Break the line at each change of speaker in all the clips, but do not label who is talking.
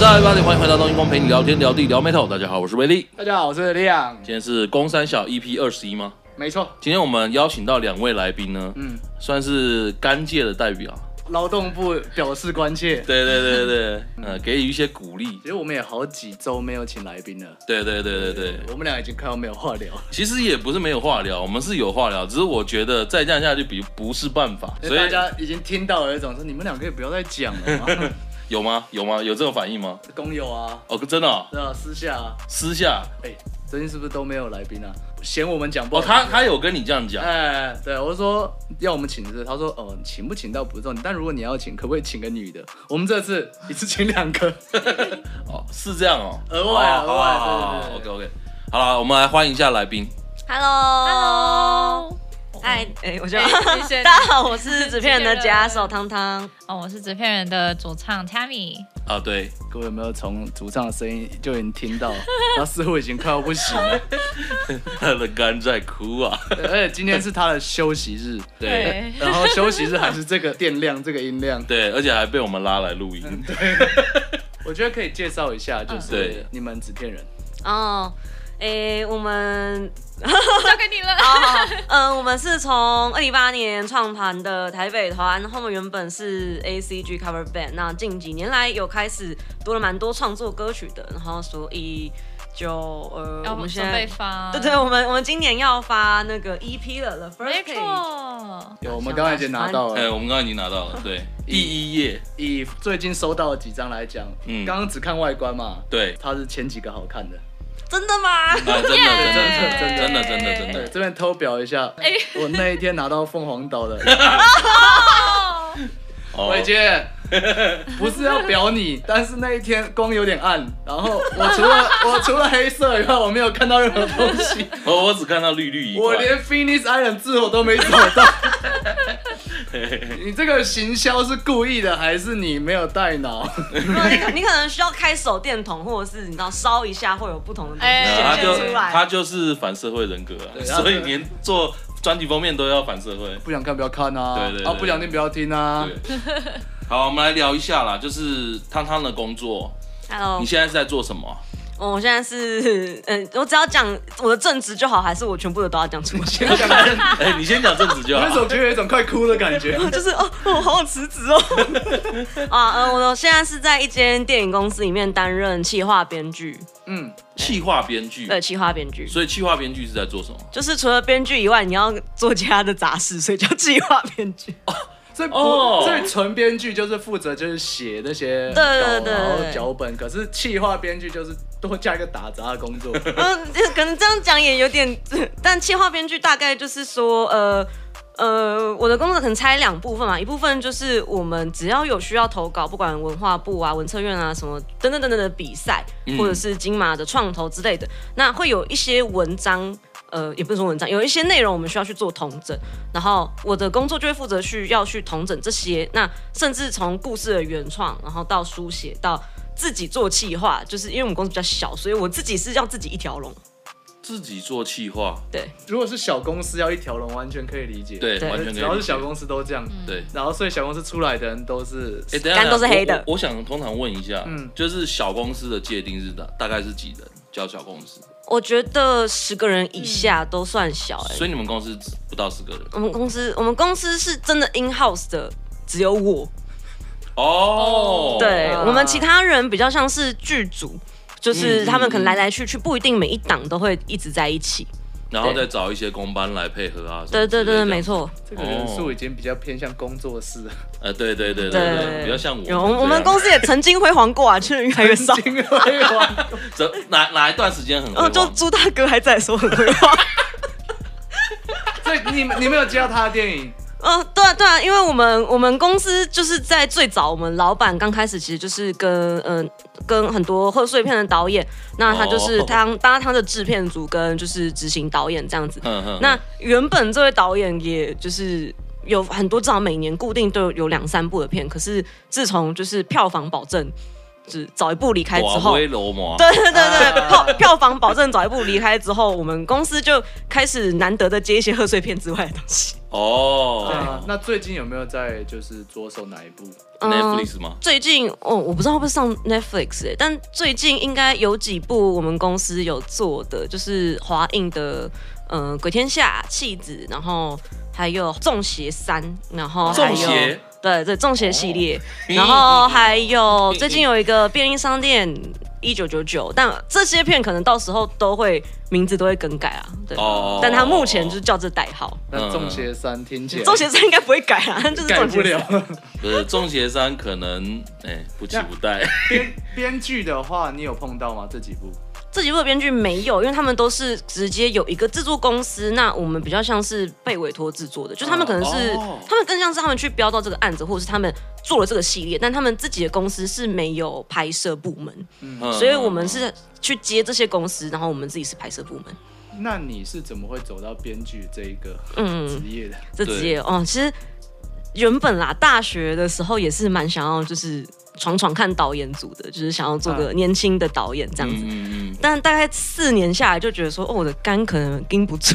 八零八零，欢迎回到东英公陪你聊天聊地聊 metal。大家好，我是威力。
大家好，我是亮。
今天是公三小 EP 二十一吗？
没错，
今天我们邀请到两位来宾呢，
嗯，
算是干界的代表。
劳动部表示关切。
对对对对， 呃，给予一些鼓励
其。实我们也好几周没有请来宾了，
对对对对对，
我们俩已经快要没有话聊。
其实也不是没有话聊，我们是有话聊，只是我觉得再这样下去比不是办法，所以
哎大家已经听到有一种说你们俩可以不要再讲了 吗？
有吗？有吗？有这种反应吗？
工友啊，
哦，真的、哦，
对啊，私下啊，
私下
哎、最近是不是都没有来宾啊？嫌我们讲不
哦，
好。
他他有跟你这样讲，
哎，对，我就说要我们请是不是，他说哦，请不请到不重要，但如果你要请，可不可以请个女的？我们这次一次请两 个，
哦，是这样哦，
额外啊额外对对对
OK OK，好了，我们来欢迎一下来宾，
Hello，Hello，哎，哎，我就 大家好，我是纸片人的假手汤汤。
哦，我是纸片人的主唱 Tammy，
啊，对，
各位有没有从主唱的声音就已经听到，他似乎已经快要不行了。
他的肝在哭啊，
对而且今天是他的休息日，
对
对
然后休息日还是这个电量、这个音量，
对，而且还被我们拉来录音，
我觉得可以介绍一下，就
嗯
是
对
你们纸片人，
哦，哎，我们，
交给你了。
好 好，好嗯，我们是从二零一八年创团的台北团，后面原本是 ACG Cover Band，那近几年来有开始多了蛮多创作歌曲的，然后所以就呃，
要
我
不
们现
哦准
在。
备发，
对对，我们我们今年要发那个 EP 了，The
没
First Page。
错。
有我们刚才已经拿到
哎，
了。
我们刚刚已经拿到了，对，第一页，
以最近收到的几张来讲，
嗯
刚刚只看外观嘛，
对，
它是前几个好看的。
真的吗？
啊，真的真的
耶
真的真的真的真
对，
的，
这边偷表一下， 我那一天拿到凤凰岛的，
哦
伟杰，不是要表你，但是那一天光有点暗，然后我除了我除了黑色以外，我没有看到任何东西。
我我只看到绿绿一
我
块，
连 Phoenix Island 字我都没找到。 你这个行销是故意的，还是你没有带脑？
那哦你可 你可能需要开手电筒，或者是你知道烧一下，会有不同的东西
哎
他
显
就
现出
他
来。
就是反社会人格啊，
对他
所以连做专辑封面都要反社会。
不想看不要看啊，
对对对
啊不想听不要听啊。
对，好，我们来聊一下啦，就是汤汤的工作，
Hello，
你现在是在做什么啊？
哦我现在是 嗯，我只要讲我的正职就好，还是我全部的都要讲出去？
我想看
哎、你先讲正职就
我那时
好。
候觉得有一种快哭的 感觉。
就是哦，我好想辞职哦。 啊，呃，我现在是在一间电影公司里面担任企划编剧，
嗯，
企划编剧，
对，企划编剧。
所以企划编剧是在做什么？
就是除了编剧以外，你要做其他的杂事，所以叫企划编剧。
所以不
哦
所以纯编剧就是负责就是写那些
对对
稿
对
然后
对
脚本，可是企划编剧就是多加一个打杂的工 作。
嗯，这可能这样讲也有点， 但企划编剧大概就是说，呃呃，我的工作可能拆两部分嘛，一部分就是我们只要有需要投稿，不管文化部啊、文策院啊什么等等等等的比赛，
嗯
或者是金马的创投之类的，那会有一些文章。呃，也不是说文章，有一些内容我们需要去做统整，然后我的工作就会负责去要去统整这些，那甚至从故事的原创，然后到书写，到自己做企划，就是因为我们公司比较小，所以我自己是要自己一条龙。
自己做企划，
对，
如果是小公司要一条龙，完全可以理解。
对，
对嗯
完全可以理解。
只要是小公司都这样。
对。
然后所以小公司出来的人都是
哎、等一下
肝都是黑的
我我我想通常问一下，
嗯
就是小公司的界定是大大概是几人叫小公司？
我觉得十个人以下都算小、欸。
所以你们公司只不到十个人
我们公司，我们公司是真的 in house 的，只有我。
哦。
对
啊
我们其他人比较像是剧组，就是他们可能来来去去，不一定每一档都会一直在一起。
然后再找一些公班来配合啊。什么
对对
之类
对，
的
没。错。
这个人数已经比较偏向工作室了，
哦
呃，对对对对对，
对，
比较像我
有我我
这样
们公司也曾经辉煌过啊，就是越来越少。
金辉煌。
这哪哪一段时间很辉
哦，
煌？
就朱大哥还在的时候很辉煌。
所以你你没有接到他的电影，
嗯，对啊，对啊，因为我们我们公司就是在最早，我们老板刚开始其实就是跟嗯、跟很多贺岁片的导演，那他就是
哦
当、搭他的制片组跟就是执行导演这样子。
哼哼
那原本这位导演也就是有很多，至少每年固定都有有两三部的片，可是自从就是票房保证。就是早一步离开之
寡
后，
威楼嘛，
对对对对，对
啊
票票房保证早一步离开之后，我们公司就开始难得的接一些贺岁片之外的东西。
啊
哦，
那最近有没有在就是着手哪一部？
嗯
，Netflix 吗？
最近哦，我不知道会不会上 Netflix 哎、但最近应该有几部我们公司有做的，就是华映的，嗯、鬼天下》《弃子》，然后还有《中邪三》，然后还有
中邪哦
对对《中邪》系列，然后还有最近有一个便利商店一九九九，但这些片可能到时候都会名字都会更改啊，对，
哦
但他目前就是叫这代号，
那《中邪三》听起来
《嗯中邪三》应该不会改啊， 就是《
改
中邪
不
三
了。
不是中邪三可能哎不期不待，
编编剧的话，你有碰到吗？这几部？
这几部的编剧没有，因为他们都是直接有一个制作公司，那我们比较像是被委托制作的，就是他们可能是、
哦
他们更像是他们去标到这个案子，或者是他们做了这个系列，但他们自己的公司是没有拍摄部门，
嗯
所以我们是去接这些公司，然后我们自己是拍摄部门。
那你是怎么会走到编剧这一个职
嗯，
业的？
这职业哦，其实原本啦，大学的时候也是蛮想要就是闯闯看导演组的，就是想要做
嗯
个年轻的导演这样子。
嗯嗯
但大概四年下来，就觉得说，哦，我的肝可能盯不住。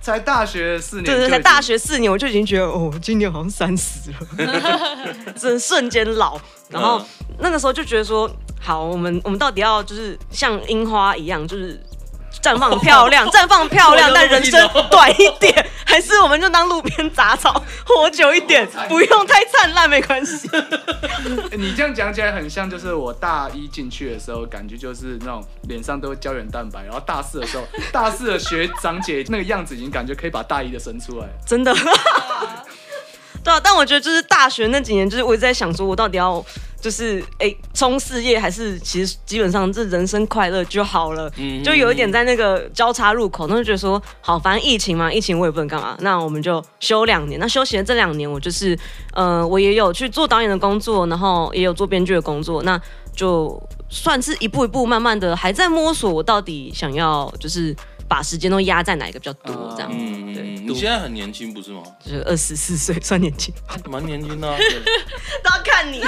才大学四年，
对对，在大，学四年我就已经觉得，哦，我今年好像三十了，真的瞬间老。然后、那个时候就觉得说，好，我们我们到底要就是像樱花一样，就是。绽放漂亮，绽放漂亮，
我的
但
路
人
一
生
条
短一点，还是我们就当路边杂草，活久一点，不用太灿烂，没关系。
欸 你这样讲起来很像，就是我大一进去的时候，感觉就是那种脸上都胶原蛋白，然后大四的时候，大四的学长姐那个样子已经感觉可以把大一的生出来了。
真的。 对啊，但我觉得就是大学那几年，就是我一直在想，说我到底要就是哎冲事业，还是其实基本上这人生快乐就好了。
嗯
就有一点在那个交叉路口，那就觉得说，好，反正疫情嘛，疫情我也不能干嘛，那我们就休两年。那休息的这两年，我就是呃，我也有去做导演的工作，然后也有做编剧的工作，那就算是一步一步慢慢的还在摸索，我到底想要就是把时间都压在哪一个比较多，这样、
嗯
对
嗯，你现在很年轻不是吗？
就是二十四岁算年轻。
蛮年轻的啊，
都要看你。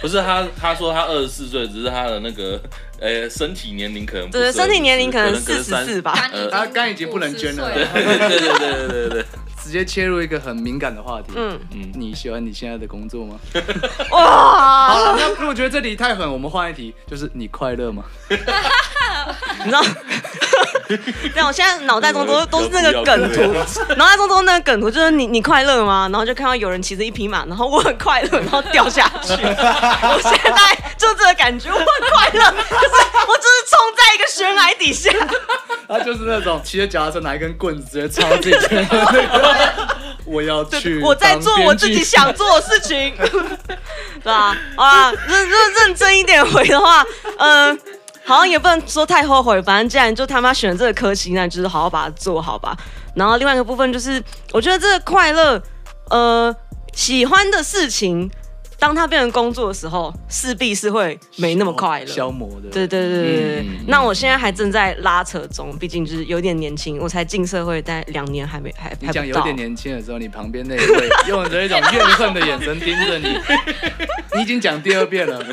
不是他他说他二十四岁，只是他的那个呃身体年龄可能不
对，
是
身体年龄可能
可
四
是
十
三
四吧。
呃
啊肝已经不能捐了
50
对
岁
对对对对对对，
直接切入一个很敏感的话题。
嗯，
嗯，
你喜欢你现在的工作吗？好
哇，
了，那如果觉得这里太狠，我们换一题，就是你快乐吗？
你知道？ 对，我现在脑袋中都都是那个梗
要不
图， 脑袋中都是那个梗图，就是你你快乐吗？然后就看到有人骑着一匹马，然后我很快乐，然后掉下去。我现在大概就这个感觉，我很快乐， 可是我就是冲在一个悬崖底下。
他啊就是那种骑着脚踏车拿一根棍子直接插自己的那 个。我要去，
我在做我自己。想做的事 情，对啊，好啊，认认认真一点回的话，嗯、好像也不能说太后悔，反正既然就他妈选了这个科系，那就是好好把它做好吧。然后另外一个部分就是，我觉得这个快乐，呃，喜欢的事情，当它变成工作的时候，势必是会没那么快乐。
消磨的。
对对对对对、
嗯
那我现在还正在拉扯中，毕竟就是有点年轻，我才进社会，但两年还没还
你
还
讲
不
有
到。
点年轻的时候，你旁边那一位用着一种怨恨的眼神盯着 你，你已经讲第二遍了。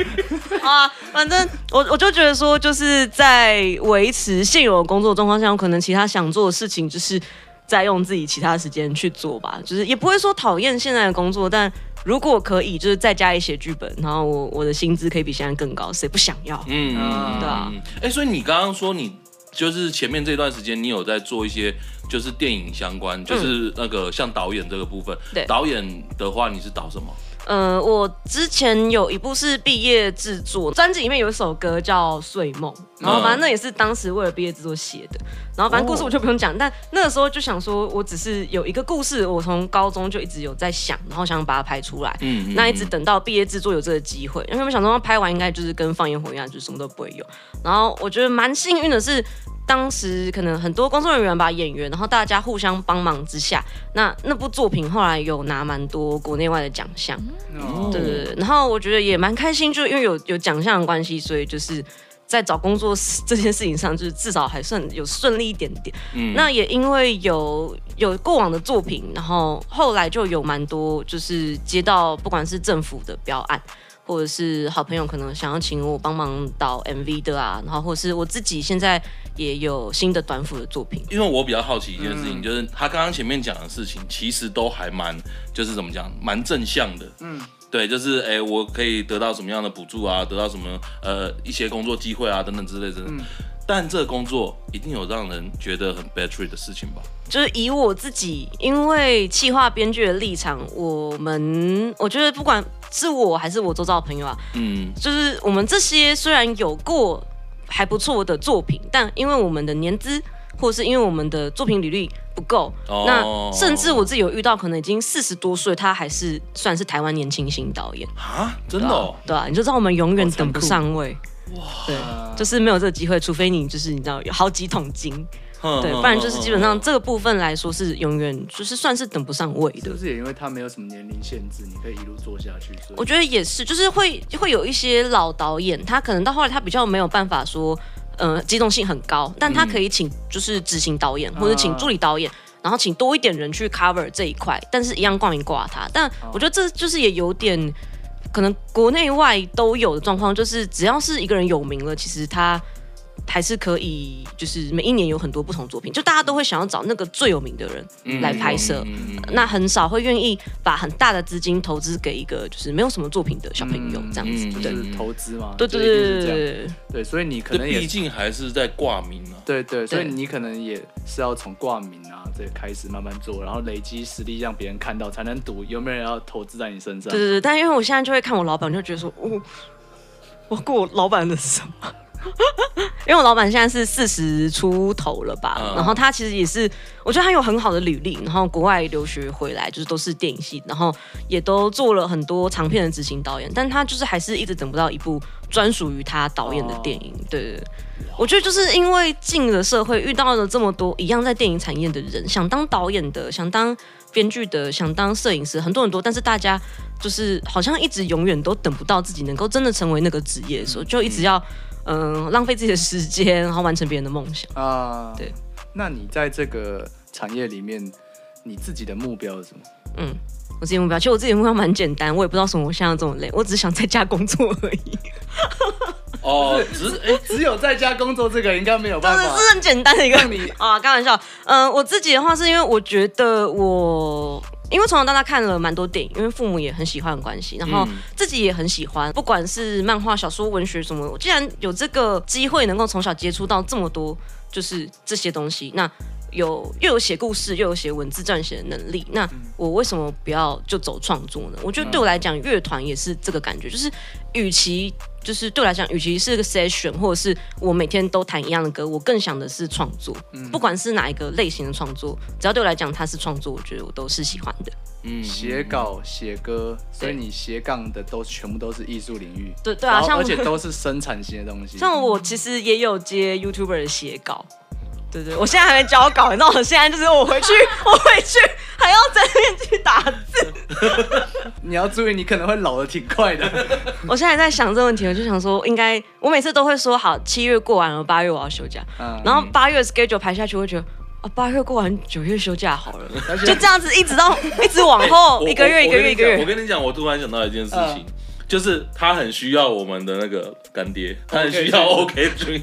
啊，反正我我就觉得说，就是在维持现有的工作状况下，我可能其他想做的事情，就是再用自己其他时间去做吧。就是也不会说讨厌现在的工作，但如果可以，就是在家里写剧本，然后我我的薪资可以比现在更高，谁不想要？
嗯，嗯
啊
对啊。
嗯哎，所以你刚刚说你就是前面这段时间，你有在做一些就是电影相关，就是那个像导演这个部分。
对
导演的话，你是导什么？
呃，我之前有一部是毕业制作，专辑里面有一首歌叫《睡梦》，然后反正那也是当时为了毕业制作写的。然后反正故事我就不用讲，但那个时候就想说，我只是有一个故事，我从高中就一直有在想，然后想把它拍出来。
嗯，嗯
那一直等到毕业制作有这个机会，因为我们想说拍完应该就是跟放烟火一样，就是什么都不会有。然后我觉得蛮幸运的是，当时可能很多工作人员吧、演员，然后大家互相帮忙之下，那那部作品后来有拿蛮多国内外的奖项。
哦
对对对，然后我觉得也蛮开心，就因为有有奖项的关系，所以就是在找工作这件事情上，就是至少还算有顺利一点点。
嗯
那也因为有有过往的作品，然后后来就有蛮多就是接到不管是政府的标案。或者是好朋友可能想要请我帮忙导 MV 的啊，然后或是我自己现在也有新的短幅的作品。
因为我比较好奇一件事情，
嗯
就是他刚刚前面讲的事情，其实都还蛮，就是怎么讲，蛮正向的。
嗯，
对，就是哎、我可以得到什么样的补助啊，得到什么呃一些工作机会啊，等等之类之类的。
嗯
但这工作一定有让人觉得很 battery 的事情吧？
就是以我自己，因为企划编剧的立场，我们我觉得不管是我还是我周遭的朋友啊，
嗯，
就是我们这些虽然有过还不错的作品，但因为我们的年资或是因为我们的作品履历不够，
哦
那甚至我自己有遇到可能已经四十多岁，他还是算是台湾年轻新导演，
啊，真
对
的、
啊
哦，
对啊，你就知道我们永远
好残
等
酷
不上位，对，就是没有这个机会，除非你就是你知道有好几桶金，
哼
啊对，
哼
不然就是
哼
基本上
哼
这个部分来说是永远就是算是等不上位
是
的
不。是也因为它没有什么年龄限制，你可以一路做下去？所以
我觉得也是，就是会会有一些老导演，他可能到后来他比较没有办法说，呃，机动性很高，但他可以请就是执行导演、或者请助理导演，然后请多一点人去 cover 这一块，但是一样挂名挂他。但我觉得这就是也有点。可能国内外都有的状况，就是只要是一个人有名了，其实他还是可以，就是每一年有很多不同作品，就大家都会想要找那个最有名的人来拍摄。
嗯嗯嗯嗯
那很少会愿意把很大的资金投资给一个就是没有什么作品的小朋友
嗯
这样子，
嗯
就
对
是投资嘛，
对
就
对
一定是
对
这样。
对
对，所以你可
这
能也
毕竟还是在挂名啊。
对对，所以
对
你可能也是要从挂名啊这开始慢慢做，然后累积实力，让别人看到，才能赌有没有人要投资在你身上
对。对，但因为我现在就会看我老板，我就觉得说，哦，我过我老板的什么？ 因为我老板现在是四十出头了吧，
嗯
然后他其实也是，我觉得他有很好的履历，然后国外留学回来就是都是电影系，然后也都做了很多长片的执行导演，但他就是还是一直等不到一部专属于他导演的电影。对对对，我觉得就是因为进了社会，遇到了这么多一样在电影产业的人，想当导演的，想当编剧的，想当摄影师，很多很多，但是大家就是好像一直永远都等不到自己能够真的成为那个职业的时候，就一直要嗯、浪费自己的时间， 然后完成别人的梦想。
啊，
对。
那你在这个产业里面，你自己的目标是什么？
嗯，我自己的目标，其实我自己的目标蛮简单，我也不知道为什么我现在这么累，我只是想在家工作而已，
哦，只是哎、
只有在家工作这个应该没有
真
办
的
法。
是很简单的一个
让你
啊，开玩笑。嗯、我自己的话是因为我觉得我。因为从小到大看了蛮多电影，因为父母也很喜欢的关系，然后
嗯
自己也很喜欢，不管是漫画、小说、文学什么，我既然有这个机会能够从小接触到这么多，就是这些东西，那有又有写故事，又有写文字撰写的能力，那我为什么不要就走创作呢？我觉得对我来讲，乐团也是这个感觉，就是与其就是对我来讲，与其是个 session，或者是我每天都弹一样的歌，我更想的是创作，不管是哪一个类型的创作，只要对我来讲它是创作，我觉得我都是喜欢的。
嗯
写稿、写歌，所以
对
你斜杠的都全部都是艺术领域。
对对啊，
然后
像
而
我
且都是生产型的东西。
像我其实也有接 YouTuber 的写稿，对对，我现在还没交稿，你知道我现在就是我回去，我回去还要在那边去打字。
你要注意，你可能会老的挺快的。
我现在在想这个问题，我就想说，应该我每次都会说好，七月过完了，八月我要休假，
嗯
然后八月 schedule 排下去，我会觉得。啊，八月过完，九月休假好了，
而且
就这样子一直到一直 往
我
后
我
一个月一
我
个
跟
月
你
一个
讲我
月，
跟你讲，我突然想到一件事情，就是他很需要我们的那个干爹，他很需要 OK 君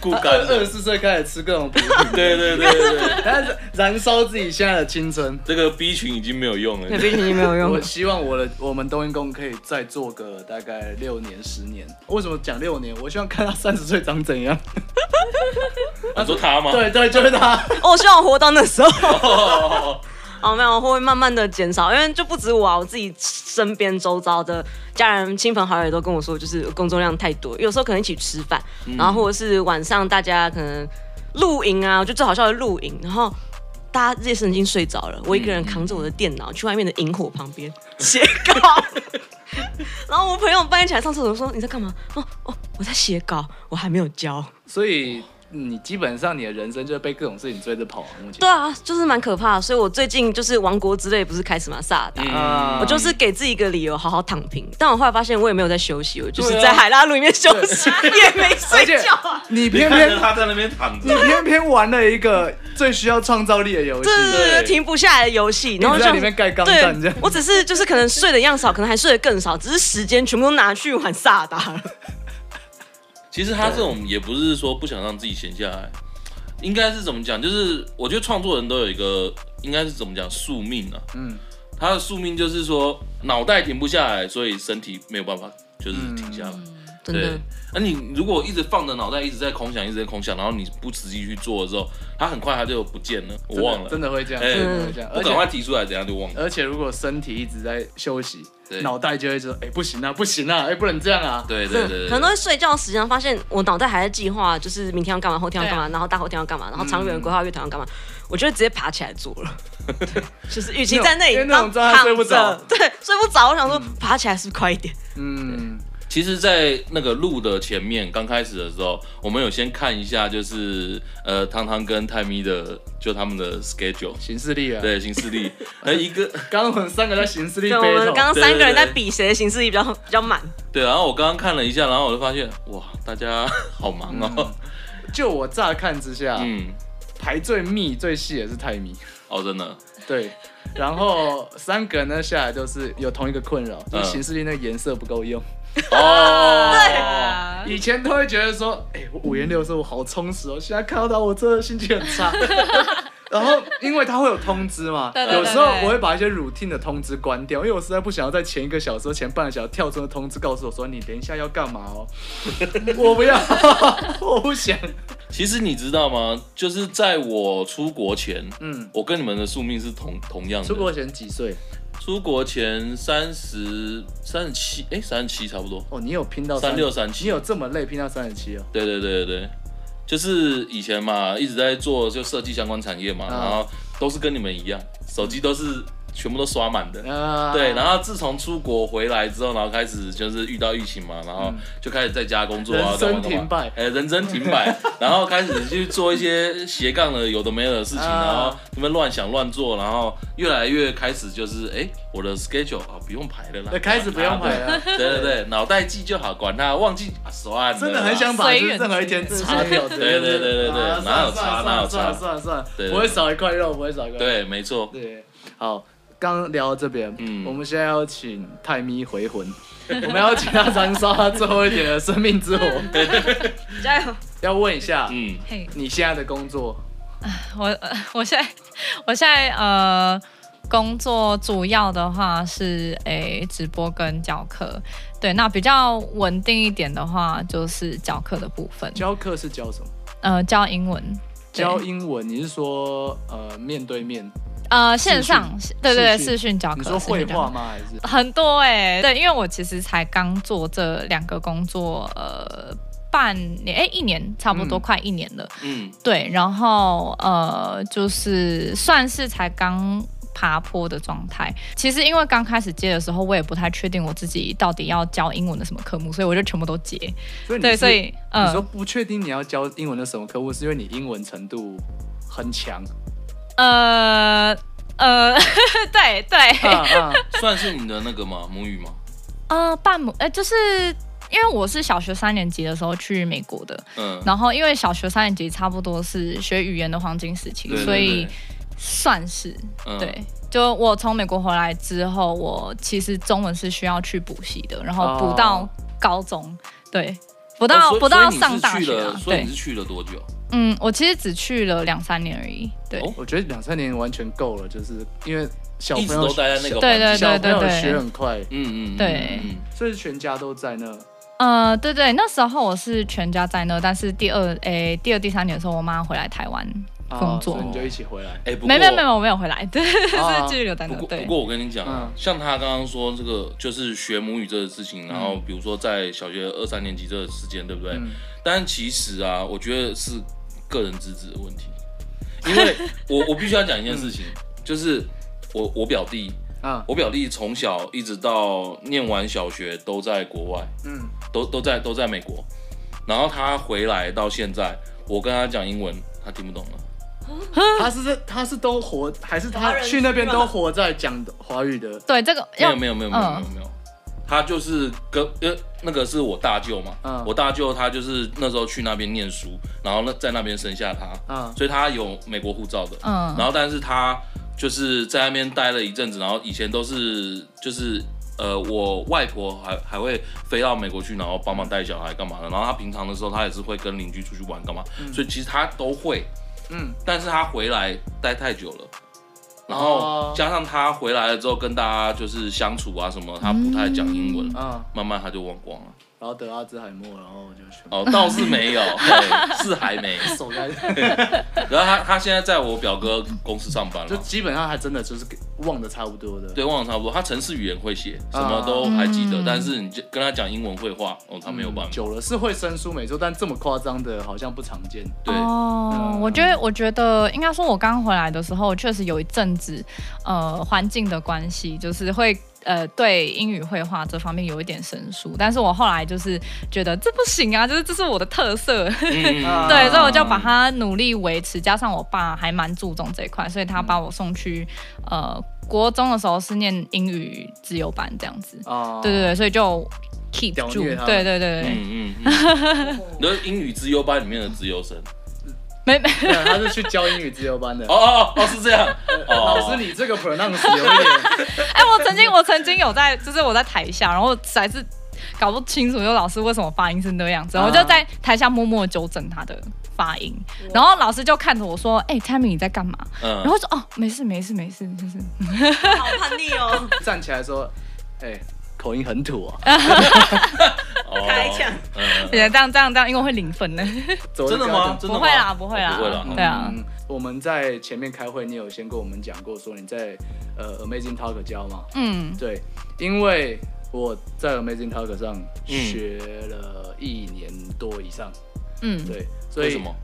顾
他
干
二二
的
十，四岁开始吃各种补品，
对对对对对，
但是燃烧自己现在的青春。
这个 B 群已经没有用了
那。毕竟你没有用
我。希望我的我们冬阴功可以再做个大概六年、十年。为什么讲六年？我希望看他三十岁长怎样。
你说他吗？
对对，就是他。
哦我希望我活到那时候。
哦，
哦，没有，会慢慢的减少，因为就不止我啊，我自己身边周遭的家人、亲朋好友也都跟我说，就是工作量太多，有时候可能一起吃饭，然后或者是晚上大家可能露营啊，我觉得最好笑的露营，然后。大家夜深已经睡着了，我一个人扛着我的电脑、去外面的萤火旁边写稿， 然后我朋友半夜起来上厕所说你在干嘛？哦哦，我在写稿，我还没有交。
所以你基本上你的人生就是被各种事情追着跑、啊。目前
对啊，就是蛮可怕的。所以我最近就是《王国之泪》不是开始嘛，萨尔达，
嗯
我就是给自己一个理由好好躺平，但我后来发现我也没有在休息，我就是
对啊
在海拉鲁里面休息，也没睡
而且
觉啊。
你
你
偏
看着
偏
他在那边躺
你
着，
偏偏玩了一个最需要创造力的游戏，
对对对，
对
停不下来的游戏，然
一
后
直
就
在里面盖钢弹这
对
样，。
我只是就是可能睡的样少，可能还睡得更少，只是时间全部都拿去玩萨达了。
其实他这种也不是说不想让自己闲下来，应该是怎么讲？就是我觉得创作人都有一个，应该是怎么讲宿命啊。
嗯，
他的宿命就是说脑袋停不下来，所以身体没有办法就是停下来。
真
对
的，，
那、你如果一直放着脑袋一直在空想，一直在空想，然后你不实际去做的时候，他很快他就不见了，我
真的
忘了。
真的会这样，
哎
真的会这样，
我
而
赶快
且
提出来，等下就忘了。
而且如果身体一直在休息，
对
脑袋就会说，哎，不行啊，不行啊，哎，不能这样啊，
对对
真
对
的，
对，
可能都会睡觉时间发现我脑袋还在计划，就是明天要干嘛，后天要干嘛，
对
然后大后天要干嘛，然后长远的规划乐团要干嘛，
嗯
我就会直接爬起来做 了。就是与其在那里
因为那种
躺
状态睡不着
躺着对，睡不着，我想说爬起来是不是快一点？
嗯，
其实，在那个路的前面，刚开始的时候，我们有先看一下，就是呃，汤汤跟泰咪的，就他们的 schedule，
行事力啊，，
对，行事历，呃，一个
刚刚我们三个在行事力
对，我们
battle，
刚刚
对对
三个人在
对
比谁的行事力比较比较满。
对，然后我刚刚看了一下，然后我就发现，哇，大家好忙
嗯
哦，
就我乍看之下，
嗯，
排最密最细也是泰米，
哦，真的，
对。然后三个人呢下来就是有同一个困扰，就
嗯
是行事力那个颜色不够用。
哦，
啊
以前都会觉得说，哎、我五颜六色，我好充实哦。现在看到他，我真的心情很 差。然后，因为他会有通知嘛，
对对对
有时候我会把一些 routine 的通知关掉，因为我实在不想要在前一个小时、前半个小时跳出的通知告诉我说你等一下要干嘛哦。我不要， 我不想。
其实你知道吗？就是在我出国前，
嗯，
我跟你们的宿命是同同样的，
出国前几岁？
出国前三十三十七，哎，三十七差不多，
哦，你有拼到
三六三七
你有这么累拼到三十七哦？
对对对对对，就是以前嘛，一直在做就设计相关产业嘛，
嗯
然后都是跟你们一样，手机都是全部都刷满的。
啊，
对，然
后
后自从出国回来之后，然后开始就是遇到疫情嘛，然后
嗯
就开始在家工作啊，
人
干
生
嘛干嘛
停摆
哎，人生停 摆，然后开始去做一些斜杠的有的没有的事情，
啊
然后那边乱想乱做，然后越来越开始就是哎，我的 schedule 啊不用排了啦，
开始不用排
啊，
了。
对对对，脑袋记就好，管他忘记啊算了啦，
真的很想把
随
就是
缘
任何一天擦掉，
对对对对对对
啊
哪有
算
差
了
哪有
算了
差
算了算了
对
算
对对
了，不会少一块肉，不会少一块。肉。
对，没错，
对，好，刚聊到这边，
嗯
我们现在要请泰咪回魂， 我们要请他燃烧他最后一点的生命 之火。
加油！
要问一下，
嗯。
嘿，
你现在的工作，
我呃我现在我现在呃工作主要的话是诶、直播跟教课，对，那比较稳定一点的话就是教课的部分，
教课是教什么？
呃教英文，对
教英文？你是说呃面对面？
呃线上，对对对，
视讯
视讯教课，
你说
视讯
绘
教课
画吗？还是？
很多哎、对，因为我其实才刚做这两个工作，呃，半年哎、一年差不多
嗯
快一年了，
嗯，
对，然后呃，就是算是才刚。爬坡的状态，其实因为刚开始接的时候，我也不太确定我自己到底要教英文的什么科目，所以我就全部都接。
所以你
对，
是
所以嗯，
你说不确定你要教英文的什么科目，是因为你英文程度很强。
呃呃， 对对，
啊啊，
算是你的那个吗？母语吗？
呃，半母，呃，就是因为我是小学三年级的时候去美国的，
嗯，
然后因为小学三年级差不多是学语言的黄金时期，
对嗯
所以算是、
对对
对。就我从美国回来之后，我其实中文是需要去补习的，然后补到高中，对，补
哦嗯哦
到、
所以
补到
所以你是
上大
去
学、
了
啊，
所以
对
你是，去了多久？
嗯，我其实只去了两三年而已，对，
哦
我觉得两三年完全够了，就是因为小朋
一直
友
都待在那个
对对
环境
小朋友
对对对
学很快，
嗯嗯嗯，
对
嗯嗯
所以全家都在那。
呃，对对，那时候我是全家在那，但是第二诶、第二第三年的时候，我妈回来台湾，
哦
啊
工作
所以你就一起回来。
哎，不过
没没没，，我没有回来，对，
啊
是继续留在那
不，过
对
不，过我跟你讲啊
嗯，
像他刚刚说这个就是学母语这个事情，然后
嗯
比如说在小学二三年级这个时间，对不对？
嗯
但其实啊，我觉得是个人资质的问题，因为我我必须要讲一件事情，
嗯
就是我我表弟，
啊
我表弟从小一直到念完小学都在国外，
嗯，
都都在都在美国，然后他回来到现在，我跟他讲英文，他听不懂了。
他是这他是都活，还是
华
他
人
去那边都活在讲华语的？
对这个
没
要嗯
有没有没有没有没有没有，他就是跟呃那个是我大舅嘛，
嗯
我大舅他就是那时候去那边念书，然后呢在那边生下他，
嗯
所以他有美国护照的，
嗯
然后但是他就是在那边待了一阵子，然后以前都是就是呃，我外婆还还会飞到美国去，然后帮忙带小孩干嘛的，然后他平常的时候他也是会跟邻居出去玩干嘛，所以其实他都会，
嗯，
但是他回来待太久了。然后
哦
加上他回来了之后跟大家就是相处啊什么，他不太讲英文，
嗯，
慢慢他就忘光了。
然后得阿兹海默，然后就全部
哦，倒是没有， 对，是还没。
手 在，
然后他他现在在我表哥公司上班
就
了，
基本上还真的就是给忘的差不多的。
对，忘了差不多。他城市语言会写，什么都还记
嗯
得，但是你就跟他讲英文会话，哦，他没有办法。
久了是会生疏没错，但这么夸张的好像不常见。
对，
嗯
哦，我觉得，我觉得应该说，我刚回来的时候，确实有一阵子，呃，环境的关系，就是会。呃，对英语绘画这方面有一点生疏，但是我后来就是觉得这不行啊，就是这是我的 特色，
嗯
啊
对，所以我就把它努力维持，加上我爸还蛮注重这一块，所以他把我送去呃国中的时候是念英语自由班这样子，
啊，
对对对，所以就 keep
屌
住，
虐他
对对对 对，
嗯嗯嗯，
啊
你是英语自由班里面的自由生。
没没
对，他是去教英语自由班的
哦。哦哦哦，是这样。哦，
老师，你这个 pronounce 有一点，
哎，我曾经我曾经有在，就是我在台下，然后我实在是搞不清楚，就老师为什么发音是那样子，
啊
我就在台下默默纠正他的发音，然后老师就看着我说：“哎、t a m m y 你在干嘛？”然
嗯，
后说：“哦，没事没事没事，就是
好叛逆 哦，
站起来说，哎，口音很土啊，
哦
开 枪。
嗯嗯
这样这样这样，因为会零分的。
走
真的吗？？真的
不
吗
会啦不会啦
哦不会啦。
对啊
嗯，我们在前面开会，你有先跟我们讲过，说你在呃 Amazing Talk 教嘛？
嗯
对，因为我在 Amazing Talk 上学了一年多以上，
嗯，
对，所
为
以
什么？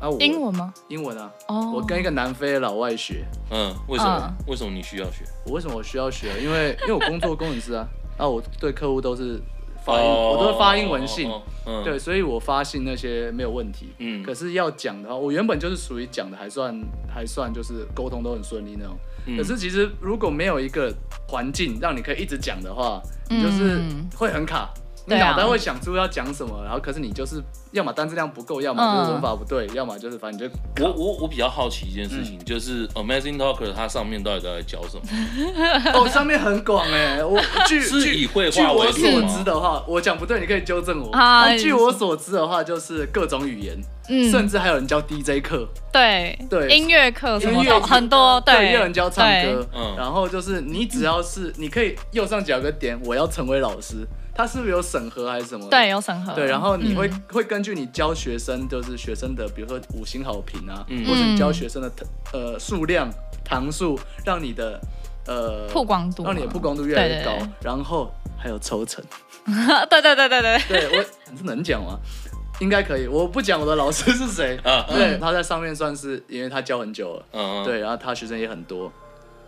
啊？我
英文吗？
英文啊，
哦，
我跟一个南非的老外学，
嗯，为什么？为什么你需要学？
我为什么我需要学？因为因为我工作工程师啊，啊，我对客户都是发英，
哦
我都是发英文信。，
哦哦哦嗯，
对，所以我发信那些没有问题。
嗯
可是要讲的话，我原本就是属于讲的还算还算就是沟通都很顺利那种。
嗯
可是其实如果没有一个环境让你可以一直讲的话，你就是
嗯
会很卡。你
对啊
脑袋会想出要讲什么，然后可是你就是要么单质量不够，要么就是
嗯
文法不对，要么就是反正你就
我我我比较好奇一件事情，就是 Amazing Talker 它上面到底在教什么？
哦上面很广 哎、我据
是以
据
绘
据
画
我
为
所
主
知
吗？
的话，我讲不对，你可以纠正我。
啊
啊，据我所知的话，就是各种语言，
嗯
甚至还有人教 DJ 课。
对
对
音乐课什么
音乐
的很多，
对，也有人
人
教唱歌，
嗯
然后就是你只要是你可以右上角有个点，我要成为老师，他是不是有审核还是什么？
对，有审核，
对，然后你会、
嗯
会根据你教学生，就是学生的，比如说五星好评啊，
嗯
或者你教学生的呃数量、堂数，让你的呃
曝光度嘛，
让你的曝光度越来越高，
对对
然后还有抽成。
对对对对对对，
对我这能讲吗？应该可以，我不讲我的老师是谁。
啊， 嗯
对，他在上面算是，因为他教很久了。
嗯，
对，然后他学生也很多，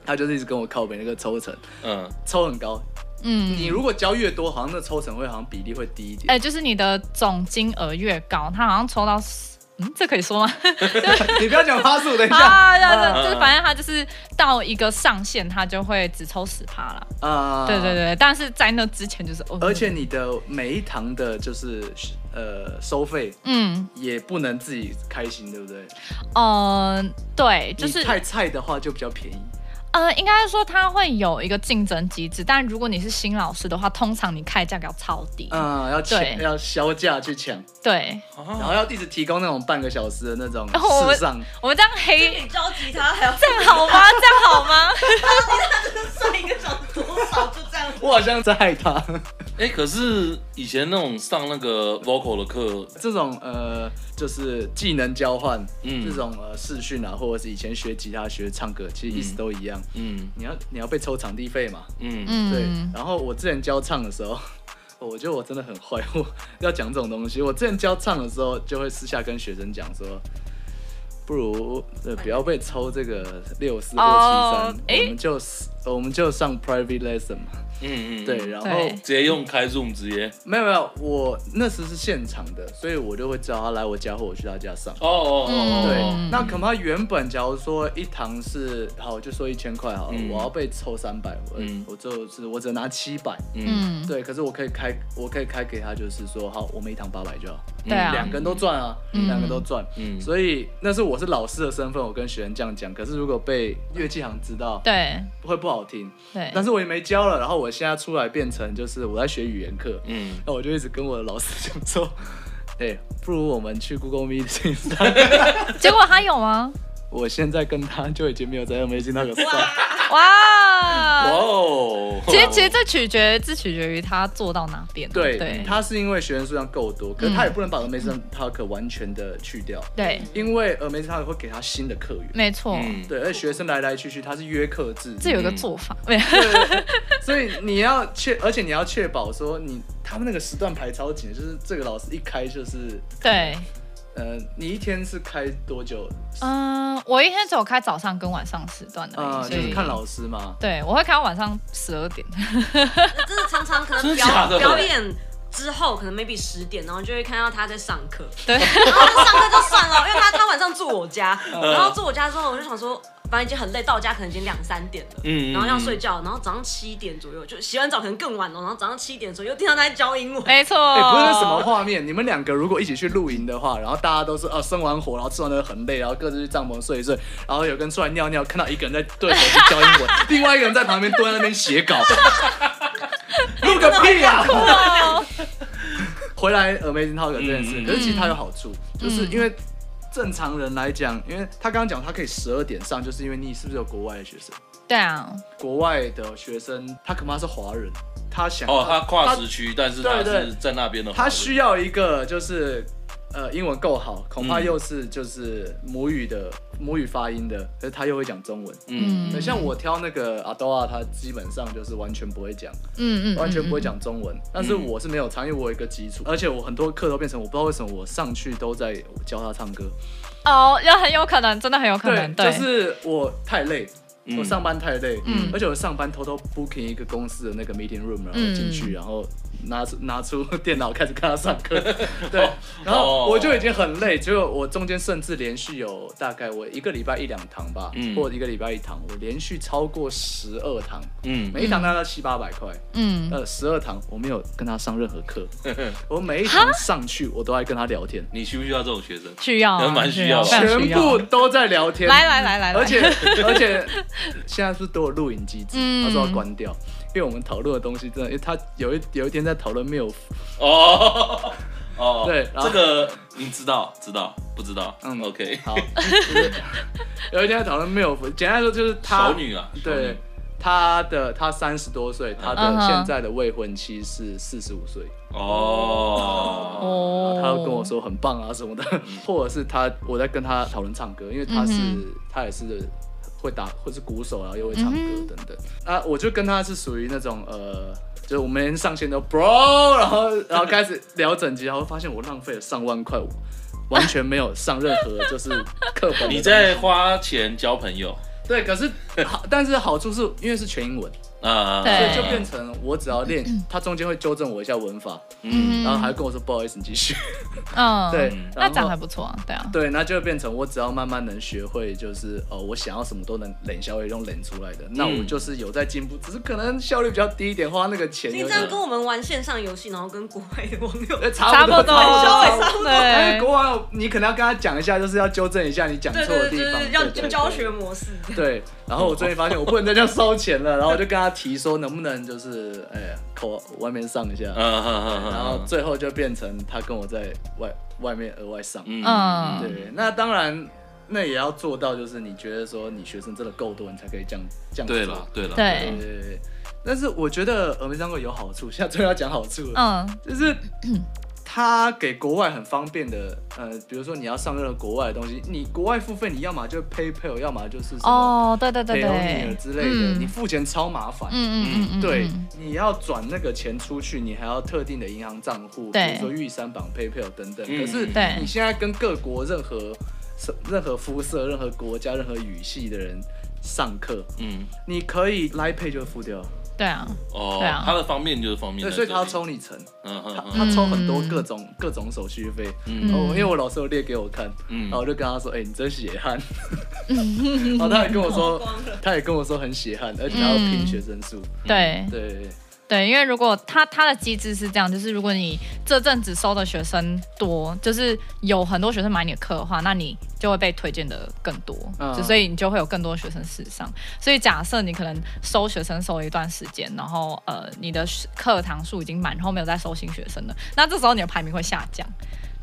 他就是一直跟我靠北那个抽成，
嗯，
抽很高。
嗯，
你如果交越多，好像那抽成会好像比例会低一点。
哎、就是你的总金额越高，他好像抽到十，嗯，这可以说吗？
你不要讲趴 数，等一下。
啊，对
啊
对，就是反正他就是到一个上限，他就会只抽十趴啦。
啊，
对对。对，但是在那之前就是，哦、
而且你的每一堂的，就是呃收费
嗯，
也不能自己开心，对不对？
呃，对，就是
你太菜的话就比较便宜。
呃，应该说他会有一个竞争机制，但如果你是新老师的话，通常你开价格要超低。
嗯，要抢，
对
要销价去抢，
对，
然
啊
后要一直提供那种半个小时的那种
然后哦我
世上。
我们这样黑
你着急他还要
这样 好吗？这样好吗？
算一个小时多少，就这样。
我好像在害他。
哎，可是以前那种上那个 vocal 的课，
这种呃，就是技能交换，
嗯
这种呃视讯啊，或者是以前学吉他、学唱歌，其实意思都一样。
嗯
你要你要被抽场地费嘛，
嗯
嗯，
对。然后我之前教唱的时候， 我觉得我真的很坏，我要讲这种东西。我之前教唱的时候，就会私下跟学生讲说。不如呃不要被抽这个六四或七三
哦，诶
我们就我们就上 private lesson 嘛，
嗯嗯，嗯
对，然后
对
直接用开 Zoom 直接，
没有没有，我那时是现场的，所以我就会叫他来我家或我去他家上。
哦哦哦哦，
对，
哦
那恐怕原本假如说一堂是好，就说一千块好了，
嗯
我要被抽三百，我、
嗯
我就是我只拿七百，
嗯，
嗯，
对，可是我可以开，我可以开给他，就是说好，我们一堂八百就好，
对啊
两个人都，赚啊，
嗯
两个都赚，
嗯，
所以那是我是老师的身份，我跟学生这样讲，可是如果被乐器行知道，
对
会不好听，
对，
但是我也没教了，然后我现在出来变成就是我在学语言课，
嗯，
那我就一直跟我的老师讲说， 哎、不如我们去 Google Meet 上。
结果他有吗？
我现在跟他就已经没有在用微信那个算，
嗯哇
哇！
哦，
呃其实其实这取决这取决于他做到哪边啊。
对，
对
他是因为学员数量够多，可是他
嗯
也不能把 Amazing Talk 完全的去掉，
对，
因为 Amazing Talk 会给他新的客源，
没错，
嗯，
对，而且学生来来去去，他是约课制，
这有一个做法， 没有
所以你要确，而且你要确保说你他们那个时段排超紧，就是这个老师一开就是，
对，
呃，你一天是开多久？
嗯，我一天只有开早上跟晚上时段
呃
而，已，
就
所
是
以
看老师嘛，
对我会开到晚上十二点。
真的常常可能
真的假
表
的
表演之后，可能 maybe 十点，然后就会看到他在上 课。
对，
然后上课就算了，因为他他晚上住我家，
嗯
然后住我家之后，我就想说，反正已经很累，到家可能已经两三点了，
嗯嗯
然后要睡觉，然后早上七点左右就洗完澡可能更晚了，然后早上七点左右又听到他在教英文，
没错，
哎、不
呃
是什么画面，你们两个如果一起去露营的话，然后大家都是啊生完火，然后吃完的很累，然后各自去帐篷睡一睡，然后有跟出来尿尿，看到一个人在对手机教英文，另外一个人在旁边蹲在那边写 稿，录个屁啊！
哦。
回来 Amazing Talk 这件事，
嗯
可是其实它有好处，就是因为正常人来讲，因为他刚刚讲他可以十二点上，就是因为你是不是有国外的学生？
对啊，
国外的学生他恐怕是华人，他想
哦，他跨时区，但是他
对对
是在那边的话，
他需要一个就是呃英文够好，恐怕
嗯
又是就是母语的母语发音的，可是他又会讲中文。
嗯，
对，像我挑那个阿多啊，他基本上就是完全不会讲，
嗯嗯，嗯
完全不会。讲中文。但是我是没有参与，我有一个基础，而且我很多课都变成我不知道为什么我上去都在教他唱歌。
哦，要很有可能，真的很有可能，对，
就是我太累，
嗯
我上班太累，
嗯
而且我上班偷偷 booking 一个公司的那个 meeting room，然后
嗯
进去，然后拿出 拿出电脑开始看他上 课，对，然后
哦
我就已经很累，结果我中间甚至连续有大概我一个礼拜一两堂吧，
嗯
或者一个礼拜一堂，我连续超过十二堂，
嗯，
每一堂大概七八百块，
嗯，
呃，十二堂我没有跟他上任何课，我每一堂上去我都在跟他聊天，
你需不需要这种学生？
需要啊，
蛮需要的
非常
全
需要
部都在聊天，
来来来来，来
而 且而且现在是都有录影机制，
嗯
他说要关掉，因为我们讨论的东西真的，因为他有一有一天在讨论 MILF，
哦 哦，
对然后
这个你知道，知道不知道？
嗯
嗯，OK，
好，就是 有一天在讨论 MILF，简单来说就是他
熟女啊，熟
对
女，
他的他三十多岁，他
嗯
的
哼
现在的未婚妻是四十五岁，
哦，
哦，
他要跟我，说很棒啊什么的， 或者是他我在跟他讨论唱歌，因为他是、
嗯
他也是会打或是鼓手，然啊后又会唱歌
嗯哼
等等。啊，我就跟他是属于那种呃，就是我们连上线都 bro，然 后然后开始聊整集，然后发现我浪费了上万块，我完全没有上任何就是课本的东 西。
你在花钱交朋友
对，可是 好，但是好处是因为是全英文，
啊？
对
所以就变成我只要练，他中间会纠正我一下文法，
嗯，
然后还跟我说不好意思，你继续。
嗯，
对，，
那
然
这样
后
还不错啊，对啊，
对，那就会变成我只要慢慢能学会，就是呃，我想要什么都能冷消也用冷出来的，那我
嗯
就是有在进步，只是可能效率比较低一点，花那个钱
你
有
这
点
样跟我们玩线上游戏，然后跟国外的网友
呃
差
差
不
不
多，
多，
差不多
但是
对
国王，你可能要跟他讲一下，就是要纠正一下你讲
对
错的
对对
地方，
对，
对
要
对
教
对
学模式。
对，然后我最近发现我不能再这样烧钱了，然后我就跟他提说，能不能就是哎口外面上一下，
嗯哼哼哼，
然后最后就变成他跟我在外外面额外上，
嗯
嗯
对，那当然，那也要做到，就是你觉得说你学生真的够多，你才可以这样这样
对
做
了，对了，
对
对，
对对对但是我觉得峨眉山会有好处，现在终于要讲好处了，
嗯
就是它给国外很方便的，呃，比如说你要上任何国外的东西，你国外付费，你要么就 PayPal，要么就是什么
哦，对对对
p a
对嗯
y o n e 之类的，你付钱超麻烦。
嗯嗯嗯，
对，你要转那个钱出去，你还要特定的银行账户，比
对
如说玉山榜、PayPal 等等。
嗯
可是
对
你现在跟各国任何什任何肤色、任何国家、任何语系的人上课，
嗯
你可以来 Pay 就付掉，
对啊，
哦
对啊，
它的方面就是方面
对，
在
所以他要
这里
抽，你成，
嗯
他
嗯
他抽很多各种、各种手续费。
嗯
哦，因为我老师有列给我看，
嗯
然后我就跟他说：“哎、你真血 汗。”然后他也跟我说，他也跟我说很血汗，而且他要拼学生数。
对
对，
对，因为如果他他的机制是这样，就是如果你这阵子收的学生多，就是有很多学生买你的课的话，那你就会被推荐的更多，
嗯
就所以你就会有更多学生试上。所以假设你可能收学生收了一段时间，然后呃你的课堂数已经满，然后没有再收新学生了，那这时候你的排名会下降。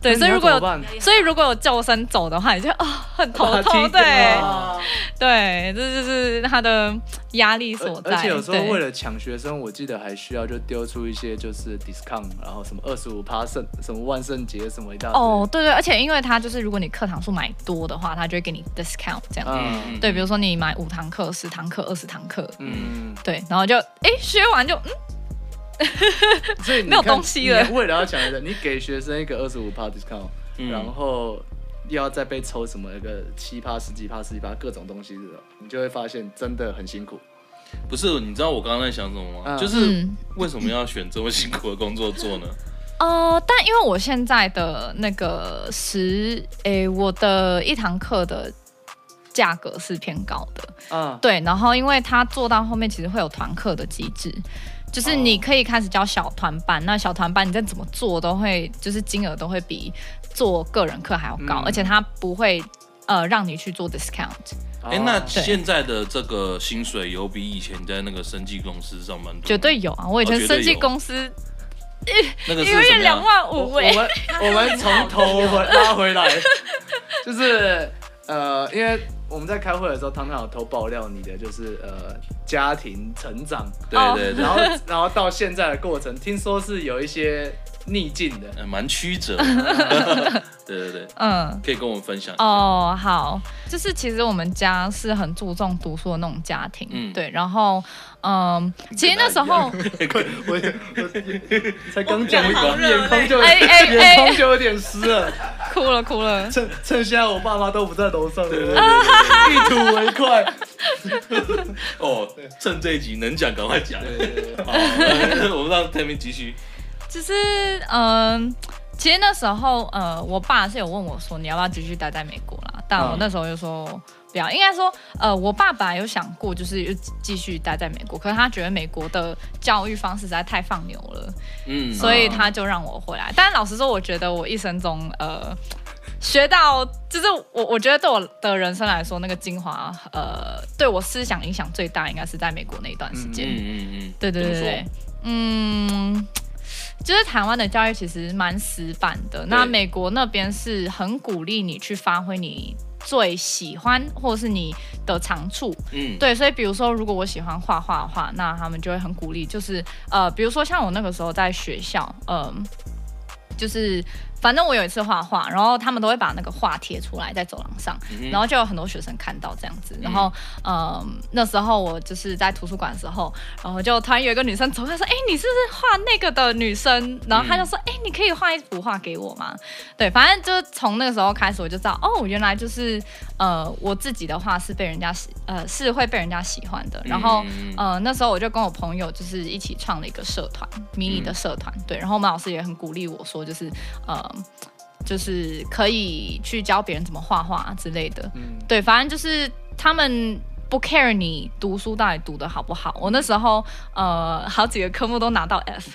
对，所以如果
那你要
有
怎么办
所以如果有救生走的话，你就啊、很头
把他踢掉
痛，对
啊
对，这就是他的压力所在。
而且有时候
对
为了抢学生，我记得还需要就丢出一些就是 discount，然后什么二十五趴圣什么万圣节什么一大堆。
哦，，对对，而且因为它就是，如果你课堂数买多的话，它就会给你 discount 这样。
嗯
对，比如说你买五堂课、十堂课、二十堂课，
嗯，
对，然后就哎学完就嗯，
所以你
没有
看
东西了
你为了要抢学生，你给学生一个二十五趴 discount，
嗯
然后又要再被抽什么一个七趴、十几趴、十几趴各种东西这种，你就会发现真的很辛苦。
不是，你知道我刚刚在想什么吗？
嗯
就是
嗯
为什么要选这么辛苦的工作做呢？
哦、但因为我现在的那个十，哎，我的一堂课的价格是偏高的，
啊，
对，然后因为它做到后面其实会有团课的机制，就是你
哦
可以开始教小团班，那小团班你再怎么做都会，就是金额都会比做个人课还要高，
嗯
而且它不会呃让你去做 discount，
啊
哎，那
哦对
现在的这个薪水有比以前在那个生技公司上班多吗
绝对有啊！我以前
哦绝对
设计
有
公司
那个
一
是
个
怎
月
么
两
样？
万
我
五
我
哎，
们 我们从头回拉回 来，就是呃，因为我们在开会的时候，唐唐有偷爆料你的，就是呃家庭成长，
哦
对对对
然，后 然后到现在的过程，听说是有一些逆境的。
呃蛮曲折的。对对对，
嗯。
可以跟我们分享一下。
哦，好，就是其实我们家是很注重读书的那种家庭，
嗯
对，然后，嗯，其实那时候，
我我才刚讲
我
完，
们俩
眼
好热
眶就有
哎哎哎
眼眶就有点湿了。
啊
哭了哭了，
趁趁现在我爸妈都不在楼上，对对对一吐为快。
哦，趁这一集能讲赶快讲。好， 我们让 Tammy 继续。
就是嗯、其实那时候呃，我爸是有问我说你要不要继续待在美国啦，但
嗯
我那时候就说不要，应该说呃，我爸本来有想过就是继续待在美国，可是他觉得美国的教育方式实在太放牛了，
嗯，
所以他就让我回来。但老实说，我觉得我一生中呃。学到就是我，我觉得对我的人生来说，那个精华，呃，对我思想影响最大，应该是在美国那一段时间。
嗯嗯嗯，
对对
怎
对
么说
对，嗯，就是台湾的教育其实蛮死板的，那美国那边是很鼓励你去发挥你。最喜欢或是你的长处，
嗯，
对，所以比如说，如果我喜欢画画的话，那他们就会很鼓励，就是呃，比如说像我那个时候在学校，嗯、就是反正我有一次画画，然后他们都会把那个画贴出来在走廊上，
嗯
然后就有很多学生看到这样子，然后嗯，那时候我就是在图书馆的时候，然后就突然有一个女生走过来说：“哎、你是不是画那个的女生？”然后她就说：“哎、你可以画一幅画给我吗？”对，反正就是从那个时候开始，我就知道哦，原来就是呃，我自己的话是被人家喜呃是会被人家喜欢的，然后。
嗯
呃，那时候我就跟我朋友就是一起创了一个社团，迷你的社团，对。然后我们老师也很鼓励我说，就是呃，就是可以去教别人怎么画画之类的，
嗯，
对，反正就是他们。不 care 你读书到底读的好不好？我那时候呃，好几个科目都拿到 F，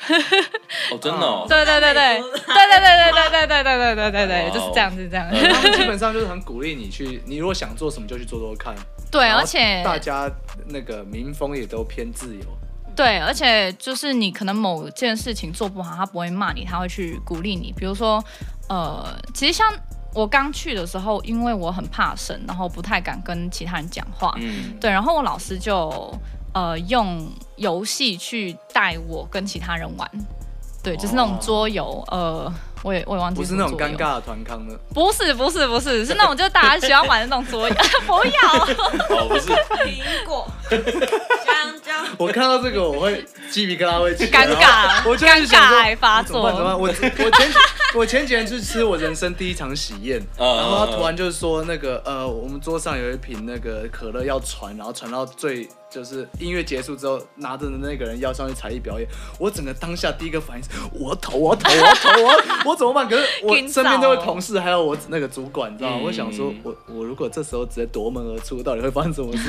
哦，真的哦，
呃对对对对对对对对对对对对对对对，就是这样，就是这样。
嗯
他们基本上就是很鼓励你去，你如果想做什么就去做做看。
对，
然后
而且
大家那个民风也都偏自由。
对，而且就是你可能某件事情做不好，他不会骂你，他会去鼓励你。比如说，呃，其实像我刚去的时候，因为我很怕生，然后不太敢跟其他人讲话，
嗯，
对，然后我老师就呃用游戏去带我跟其他人玩，对，就是那种
哦
桌游，呃，我也我也忘记
不是
什么
那种
桌
尴
游，
尬的团康的，
不是不是不是，是那种就是大 家喜欢玩的那种桌游，不要。
哦，不是，
苹果，香蕉，啊，
我看到这个我会鸡皮疙瘩会起来，
尴
然
尬
后我就是想
尴尬
说
癌发
怎么办怎么办？
作，
我我前我前几天去吃我人生第一场喜宴，
嗯
然后他突然就是说那个呃，我们桌上有一瓶那个可乐要传，然后传到最就是音乐结束之后，拿着的那个人要上去才艺表演。我整个当下第一个反应是我要投，我要投，我要投，我要我怎么办？可是我身边都有同事，还有我那个主管，你知道吗？
嗯
我想说我我如果这时候直接夺门而出，到底会发生什么事？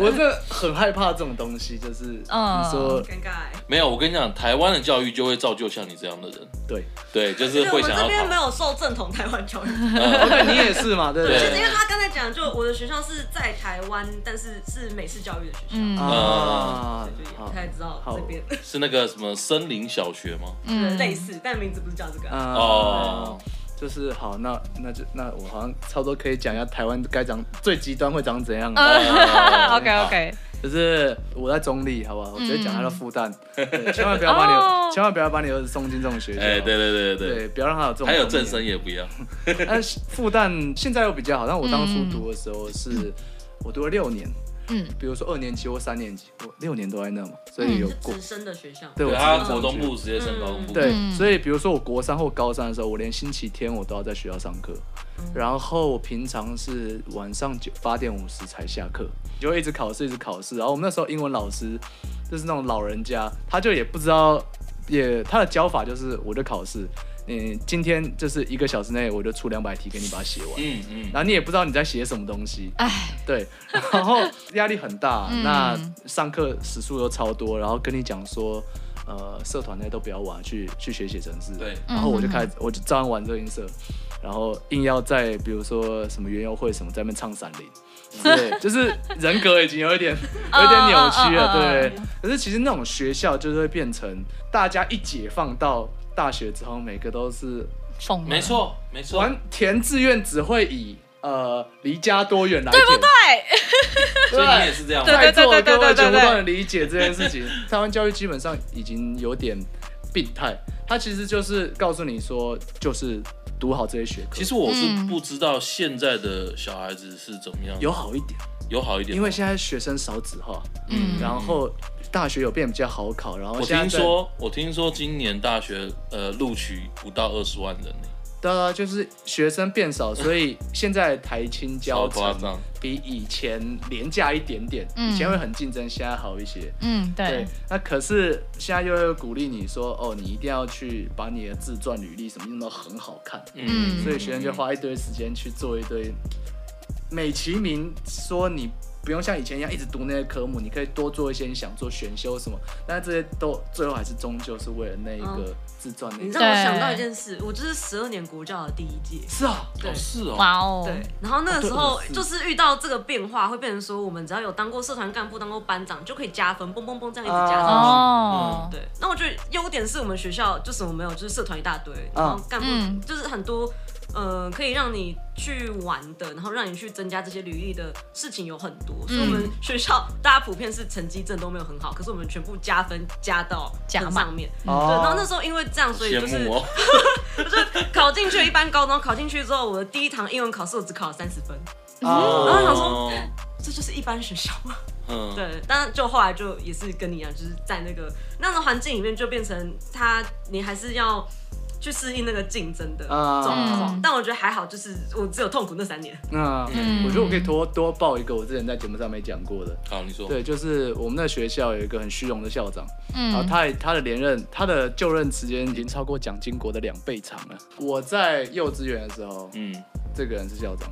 我真的很害怕这种东西，就是
嗯
你说
尴尬哎。
没有，我跟你讲，台湾的教育就会造就像你这样的人，
对，
对，就是
对，我
会
们
想
这
要
边没
逃。
有受正统台湾教育，
呃
对你也是嘛，对不
对
就是因为他刚才讲，就我的学校是在台湾，但是是美式教育的学校，
嗯
啊
对，就也
好
不太知道这边
是那个什么森林小学 吗？
对类
嗯，
似，但名字不是叫这个啊。
啊
哦，
就是好，那那就那我好像差不多可以讲一下台湾该长最极端会长怎样了。
呃
OK OK，
就是我在中立，好不好？我直接讲他的复旦， 对千万不要把
哦
你，千万不要把你儿子送进这种学校。
嗯哎，对对对对
对，不要让他有这种。
对，还有正生。也不要。
但是复旦现在又比较好，但我当初读的时候是，我读了六年，
嗯，
比如说二年级或三年级，我六年都在那嘛，所以有
是
过
直。升的学校，
对，
嗯
我
对，他
知道
国中部直接升高中部。
对，
嗯
所以比如说我国三或高三的时候，我连星期天我都要在学校上课，然后我平常是晚上九八点五十才下课，就一直考试一直考试。然后我们那时候英文老师就是那种老人家，他就也不知道，也他的教法就是我就考试，嗯，今天就是一个小时内我就出两百题给你把它写完。
嗯嗯，
然后你也不知道你在写什么东西，
哎，
对，然后压力很大，
嗯
那上课时数又超多，然后跟你讲说，呃，社团内都不要玩，去去学写程式。
对
然后我就开始，我就照样玩热音社，然后硬要在比如说什么园游会什么在那边唱闪灵。对， 就是人格已经有一点有一点扭曲了，
嗯嗯嗯嗯
对。可是其实那种学校就是会变成大家一解放到大学之后，每个都是
疯了，
没，错没错。
完填志愿只会以呃离家多远来填，对不
对，
所以你也是这样吗？
在座的
对
各
对对对对
位
对
全部都能理解这件事情。台湾教育基本上已经有点病态，它其实就是告诉你说，就是读好这些学科，
其实我是
嗯
不知道现在的小孩子是怎么样，
有好一点，
有好一点吗，
因为现在学生少子化，
嗯
然后大学有变比较好考，然后
我
现在
听
在
说我听说今年大学呃录取不到二十万人呢，
对啊，就是学生 变少，所以现在台青
超
教
夸
程
张。
比以前廉价一点点，
嗯
以前会很竞争，现在好一些。
嗯，
对
对，，
那可是现在又有鼓励你说，哦，你一定要去把你的自传、履历什么弄得很好看，
嗯
所以学生就花一堆时间去做一堆美其名说你不用像以前一样一直读那些科目，你可以多做一些你想做选修什么，但是这些都最后还是终究是为了那一
嗯
个自传那
你
个。
让我
对
想到一件事，我就是十二年国教的第一届，
是啊，
对
哦是哦，
哇哦，
对，然后那个时候
哦对
就是遇到这个变化，会变成说我们只要有当过社团干部、当过班长，就可以加分，嘣嘣嘣这样一直加上去。
哦，
对，那我觉得优点是我们学校就什么没有，就是社团一大堆，然后干部、
嗯
就是很多，呃，可以让你去玩的，然后让你去增加这些履历的事情有很多。所以我
嗯
们学校大家普遍是成绩证都没有很好，可是我们全部加分加到
加
很
满
上面。
哦
对，然后那时候因为这样，所以
羡
就是
慕哦，
考进去一般高中，考进去之后，我的第一堂英文考试我只考了三十分，
啊
然后想说这就是一般学校吗？
嗯，
对，但就后来就也是跟你一样，就是在那个那样的环境里面，就变成他，你还是要去适应那个竞争的
啊
状况。
嗯
但我觉得还好，就是我只有痛苦那三年。
那
嗯
啊我觉得我可以多多报一个我之前在节目上没讲过的，
好你说，
对，就是我们那学校有一个很虚荣的校长，然后
嗯，
他也他的连任，他的就任时间已经超过蒋经国的两倍长了。我在幼稚园的时候，
嗯，
这个人是校长，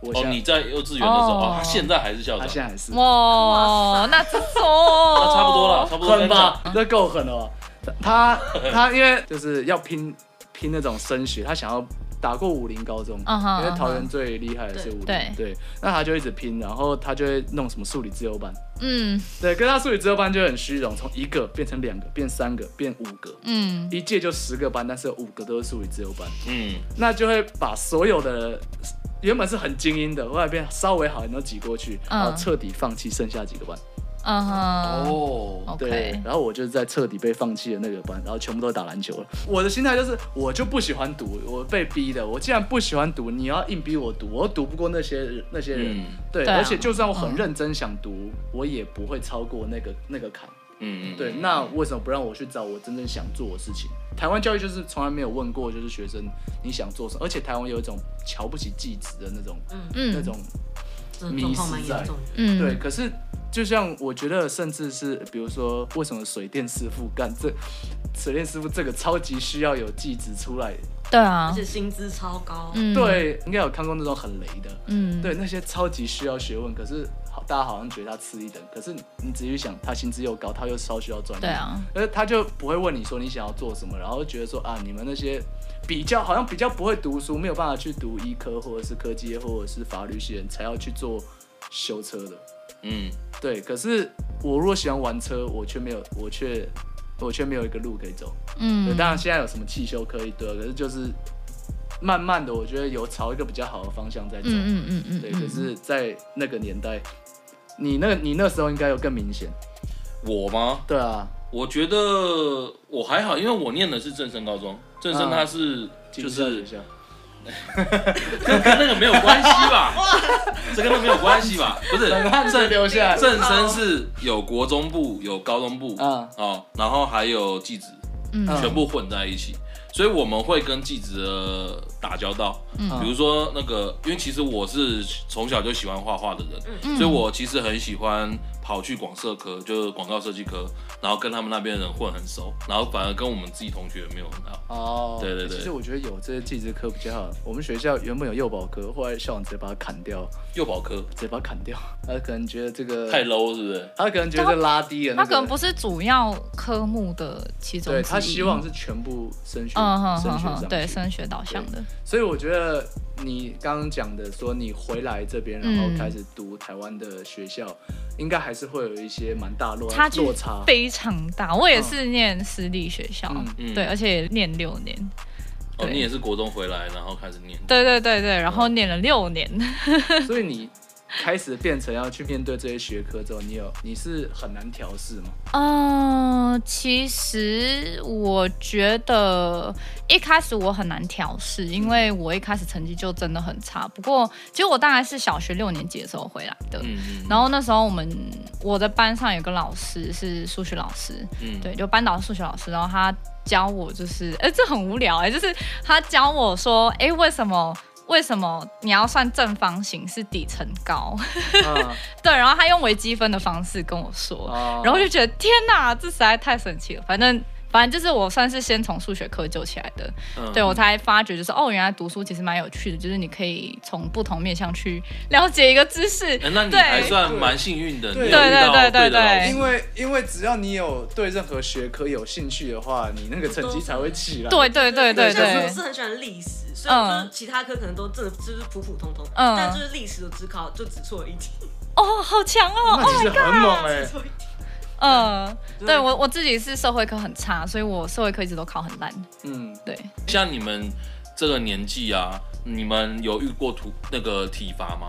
我
哦
现在、
你在幼稚园的时候，
哦
哦他现在还是校
他
长，
现在还是，
哇，那这
那
哦，
差不多了，，差不多
狠
跟你
吧
讲，？
这够狠了吧？哦他他因为就是要拼拼那种升学，他想要打过武林高中
嗯哼
因为桃
嗯
园
哼
最厉害的是武林，
对
对，那他就一直拼，然后他就会弄什么数理自由班，
嗯
对，跟他数理自由班就很虚荣，从一个变成两个，变三个，变五个，
嗯，
一届就十个班，但是有五个都是数理自由班，
嗯，
那就会把所有的原本是很精英的，后来变稍微好，你都挤过去，
嗯
然后彻底放弃剩下几个班。
嗯哼
哦，
对
OK，，
然后我就是在彻底被放弃的那个班，然后全部都打篮球了。我的心态就是，我就不喜欢读，我被逼的。我既然不喜欢读，你要硬逼我读，我又读不过那些人那些人。
嗯
对，
对啊
而且就算我很认真想读，我也不会超过那个那个坎。
嗯嗯，
对，那为什么不让我去找我真正想做的事情？台湾教育就是从来没有问过，就是学生你想做什么，而且台湾有一种瞧不起技职的那种、那
嗯
种
这个状况蛮严重的。
嗯，
对，可是就像我觉得，甚至是比如说，为什么水电师傅干这水电师傅这个超级需要有技职出来？
对
而，
啊
且薪资超高，
嗯，，
对，应该有看过那种很雷的，
嗯，
对，那些超级需要学问，可是好大家好像觉得他次一等，可是你仔细想，他薪资又高，他又超需要专业，
对啊，
而他就不会问你说你想要做什么，然后觉得说啊，你们那些比较好像比较不会读书，没有办法去读医科或者是科技业或者是法律系的人才要去做修车的，
嗯，
对，可是我如果喜欢玩车，我却没有，我却我却没有一个路可以走。对，
嗯，
当然现在有什么汽修可以得，可是就是慢慢的，我觉得有朝一个比较好的方向在走。
嗯嗯嗯嗯，
对，
嗯
可是，在那个年代，你那你那时候应该有更明显。
我吗？
对啊，
我觉得我还好，因为我念的是正升高中，正
嗯
升它是、就
进入
是
学校
跟跟那个没有关系吧？这跟那没有关系吧？不是
冷汗水流下来
正升是有国中部，有高中部，
嗯
哦，然后还有技职，
嗯
嗯
全部混在一起，所以我们会跟技职的打交道。
嗯
比如说那个，因为其实我是从小就喜欢画画的人，
嗯
所以我其实很喜欢跑去广设科，就是广告设计科，然后跟他们那边的人混很熟，然后反而跟我们自己同学没有很好。
哦，
对对对
其实我觉得有这些技职科比较好。我们学校原本有幼保科，后来校长直接把它砍掉，
幼保科
直接把它砍掉。 他可能觉得这个
太 low 是不是？
他可能觉得拉低了、那
它
个，
可能不是主要科目的其中
对
之一，
他希望是全部升学，
嗯哼
升
哼
学上
哼，对
去
升学导向的，
所以我觉得你刚刚讲的说你回来这边，然
嗯
后开始读台湾的学校，应该还是会有一些蛮大落
差距
落差。
非常大。我也是念私立学校
嗯，
嗯
对，而且也念六年，
哦，
对
你也是国中回来，然后开始念。
对对对对，然后念了六年，
所以你开始变成要去面对这些学科之后，你有你是很难调试 吗？
嗯，其实我觉得一开始我很难调试，因为我一开始成绩就真的很差。不过，其实我大概是小学六年级的时候回来的。
嗯嗯，
然后那时候我们我的班上有个老师是数学老师，
嗯，
对，就班导数学老师，然后他教我就是，哎，这很无聊哎、就是他教我说，哎，为什么为什么你要算正方形是底层高？
啊
对，然后他用微积分的方式跟我说，
哦
啊
然后就觉得天哪，这实在太神奇了。反正反正就是我算是先从数学课救起来的，
嗯
对我才发觉就是哦，原来读书其实蛮有趣的，就是你可以从不同面向去了解一个知识。
哎那你
对
还算蛮幸运的，你有遇
对
到
对对
对的
对
老师
因为因为只要你有对任何学科有兴趣的话，你那个成绩才会起来。
对对对对
像是
对
我是很喜欢历史，虽然就是其他科可能都真的就是普普通通，
嗯
但就是历史我只考就只错了一题，
哦，好强哦！
那其实很猛哎、
只错一题。
嗯，对我我自己是社会科很差，所以我社会科一直都考很烂。
嗯，
对，
像你们这个年纪啊，你们有遇过体那个体罚吗？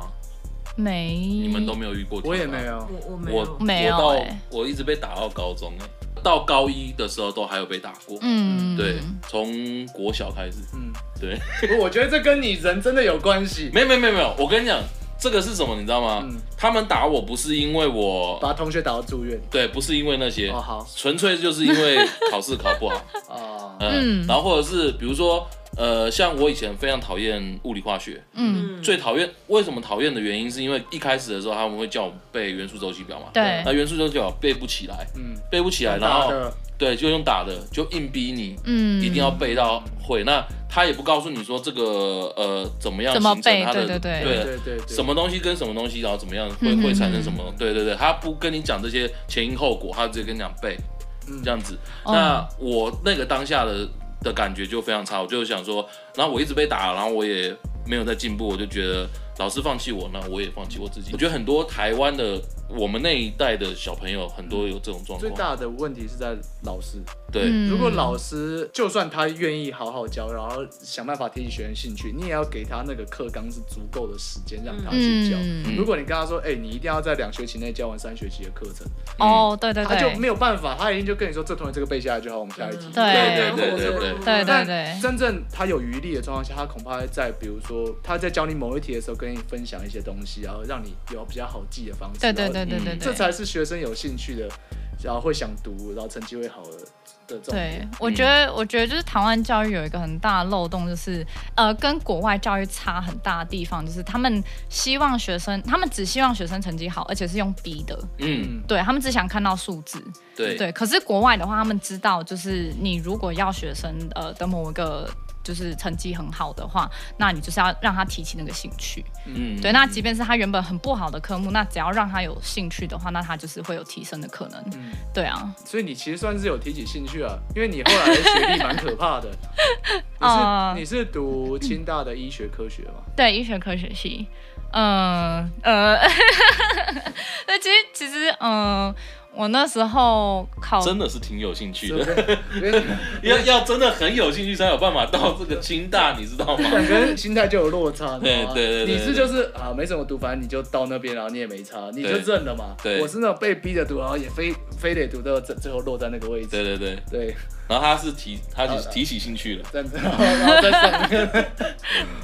没，
你们都没有遇过体罚，
我也没。有。
我我没
我
有，
嗯没有
我到
哎
我一直被打到高中哎，到高一的时候都还有被打过。
嗯，
对，从国小开始。
嗯，
对，
不我觉得这跟你人真的有关系。
没有没有没有没有，我跟你讲，这个是什么你知道吗
嗯？
他们打我不是因为我，
把同学打到住院。
对，不是因为那些
哦，，好
纯粹就是因 为考试考不好。
啊，
嗯，
嗯
然后或者是比如说，呃，像我以前非常讨厌物理化学，
嗯，
嗯，
最讨厌为什么讨厌的原因是因为一开始的时候他们会叫我背元素周期表嘛，
对
那，元素周期表背不起来，
嗯，
背不起来，然
打
后
的
对就用打的，就硬逼你
嗯，
一定要背到会，那他也不告诉你说这个呃怎么样
怎么
形成
背
它的
对对
对
哎对对对，
什么东西跟什么东西，然后怎么样会
嗯
会
嗯
产生什么？对对对，他不跟你讲这些前因后果，他直接跟你讲背
嗯
这样子。
哦
那我那个当下的的感觉就非常差，我就想说，然后我一直被打，然后我也没有在进步，我就觉得老师放弃我，那我也放弃我自己。我觉得很多台湾的我们那一代的小朋友，很多有这种状
最
况。
大的问题是在老师，
对，
嗯
如果老师就算他愿意好好教，然后想办法提起学生兴趣，你也要给他那个课纲是足够的时间让他去教。
嗯，
如果你跟他说，哎、你一定要在两学期内教完三学期的课程，
哦，对对
他
对，
就没有办法，他一定就跟你说这同学这个背下来就好，我们下一
嗯
题。
嗯对
对对对对
对对
但
对
真正他有余力的状况下，他恐怕在比如说他在教你某一题的时候，跟你分享一些东西，然后让你有比较好记的方式。
对对
然后
对对对
嗯
对，
这才是学生有兴趣的，然后会想读，然后成绩会好的的重
对
点。，
我觉得，我觉得就是台湾教育有一个很大的漏洞，就是呃，跟国外教育差很大的地方，就是他们希望学生，他们只希望学生成绩好，而且是用逼的，
嗯，
对他们只想看到数字，
对，
对。可是国外的话，他们知道，就是你如果要学生呃的某一个。就是成绩很好的话，那你就是要让他提起那个兴趣。
嗯，
对，那即便是他原本很不好的科目，那只要让他有兴趣的话，那他就是会有提升的可能。
嗯，
对啊，
所以你其实算是有提起兴趣啊，因为你后来的学历蛮可怕的。
哦
你是你是读清大的医学科学吗？
对，医学科学系。嗯呃， 那、其实其实嗯、呃我那时候考
真的是挺有兴趣
对不
的，
对？因为
要要真的很有兴趣才有办法到这个清大，你知道吗？
两个人心态就有落差，你知道吗
对对对对
你是就是啊，没什么读，反正你就到那边，然后你也没差，你就认了嘛。
对
我是那种被逼着读，然后也非非得读到最最后落在那个位置。
对对对，
对，
然后他是提他
好
就
的
提起兴 趣了，
这样子，然后然后再上面，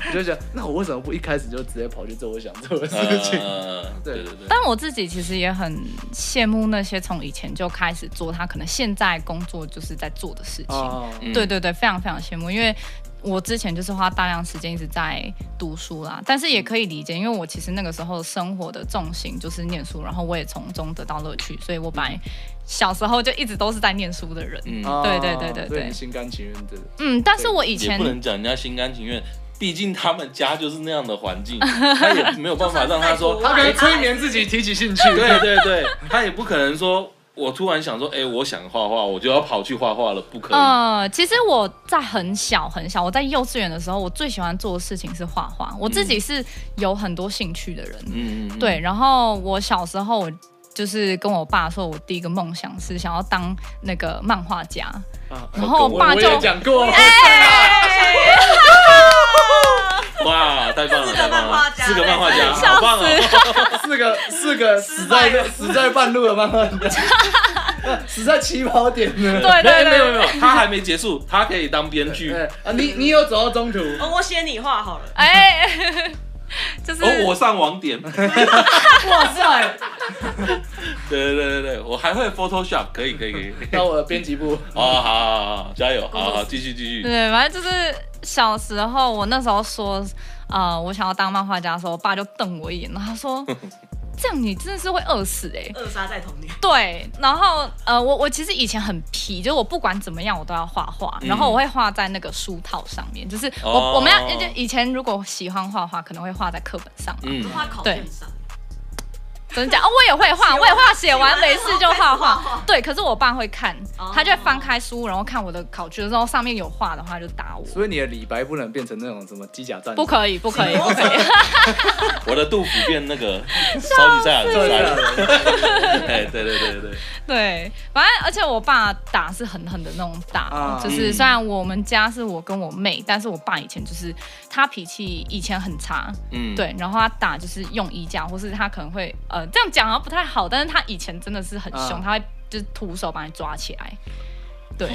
我 就想，那我为什么不一开始就直接跑去做我想做的事 情？
呃，
对
对对对，
但我自己其实也很羡慕那些从以前就开始做他可能现在工作就是在做的事情。
哦，
嗯
对对对，非常非常羡慕，因为我之前就是花大量时间一直在读书啦，但是也可以理解，因为我其实那个时候生活的重心就是念书，然后我也从中得到乐趣，所以我本来小时候就一直都是在念书的人。
嗯，
哦
对对对对对
所以你心甘情愿的。
嗯，但是我以
也
前
不能讲人家心甘情愿，毕竟他们家就是那样的环境，他也没有办法让他说
就算在国，外
他可能
哎
催眠自己提起 兴趣，
对对对，他也不可能说，我突然想说，哎，我想画画，我就要跑去画画了，不可以。
呃，其实我在很小很小，我在幼稚园的时候，我最喜欢做的事情是画画。我自己是有很多兴趣的人，
嗯嗯，嗯，
对。然后我小时候，我就是跟我爸说，我第一个梦想是想要当那个漫画家。
啊
然后
跟
爸
我
就
也讲过，
哎
哇，太棒了，
四个
太棒
漫画
了，
家
四个漫画家，
笑
好棒哦！
四个四个死在那死在半路的漫 画家，死在起跑点的。
对对
哎没有没
对。
有，他还没结束，他可以当编剧。
对啊，你你有走到中 途，
哦，我写你画好了，
哎，就是、
哦，我上网点，
哇塞！
对对对对对，我还会 Photoshop，可以可以可以。
到我的编辑部，
哦，好好好好，加油，好好继续继续。
对，反正就是小时候，我那时候说，呃，我想要当漫画家的时候，我爸就瞪我一眼，然后他 说：“这样你真的是会饿死哎、
扼杀在童年。
对，然后呃，我我其实以前很皮，就是我不管怎么样我都要画画，
嗯
然后我会画在那个书套上面，就是我、
哦
我们要就以前如果喜欢画画，可能会画在课本上嘛。
嗯，
画考
卷
卷上，
真的假？哦，我也会画，
写完
我也画，写完没事
写完
就画
之后开始画
画
画。
对，可是我爸会看
哦，
他就会翻开书，然后看我的考卷的时候上面有画的话就打我。
所以你的李白不能变成那种什么机甲战士，
不可以，不可以，不可以！
我的杜甫变那个超级赛亚人
对
赛
啊
了。哎，对对对对对，
对，反正而且我爸打是狠狠的那种打，
啊
就是
嗯
虽然我们家是我跟我妹，但是我爸以前就是他脾气以前很差，
嗯，
对，然后他打就是用衣架，或是他可能会呃这样讲好像不太好，但是他以前真的是很凶，
啊
他会就是徒手把你抓起来。对，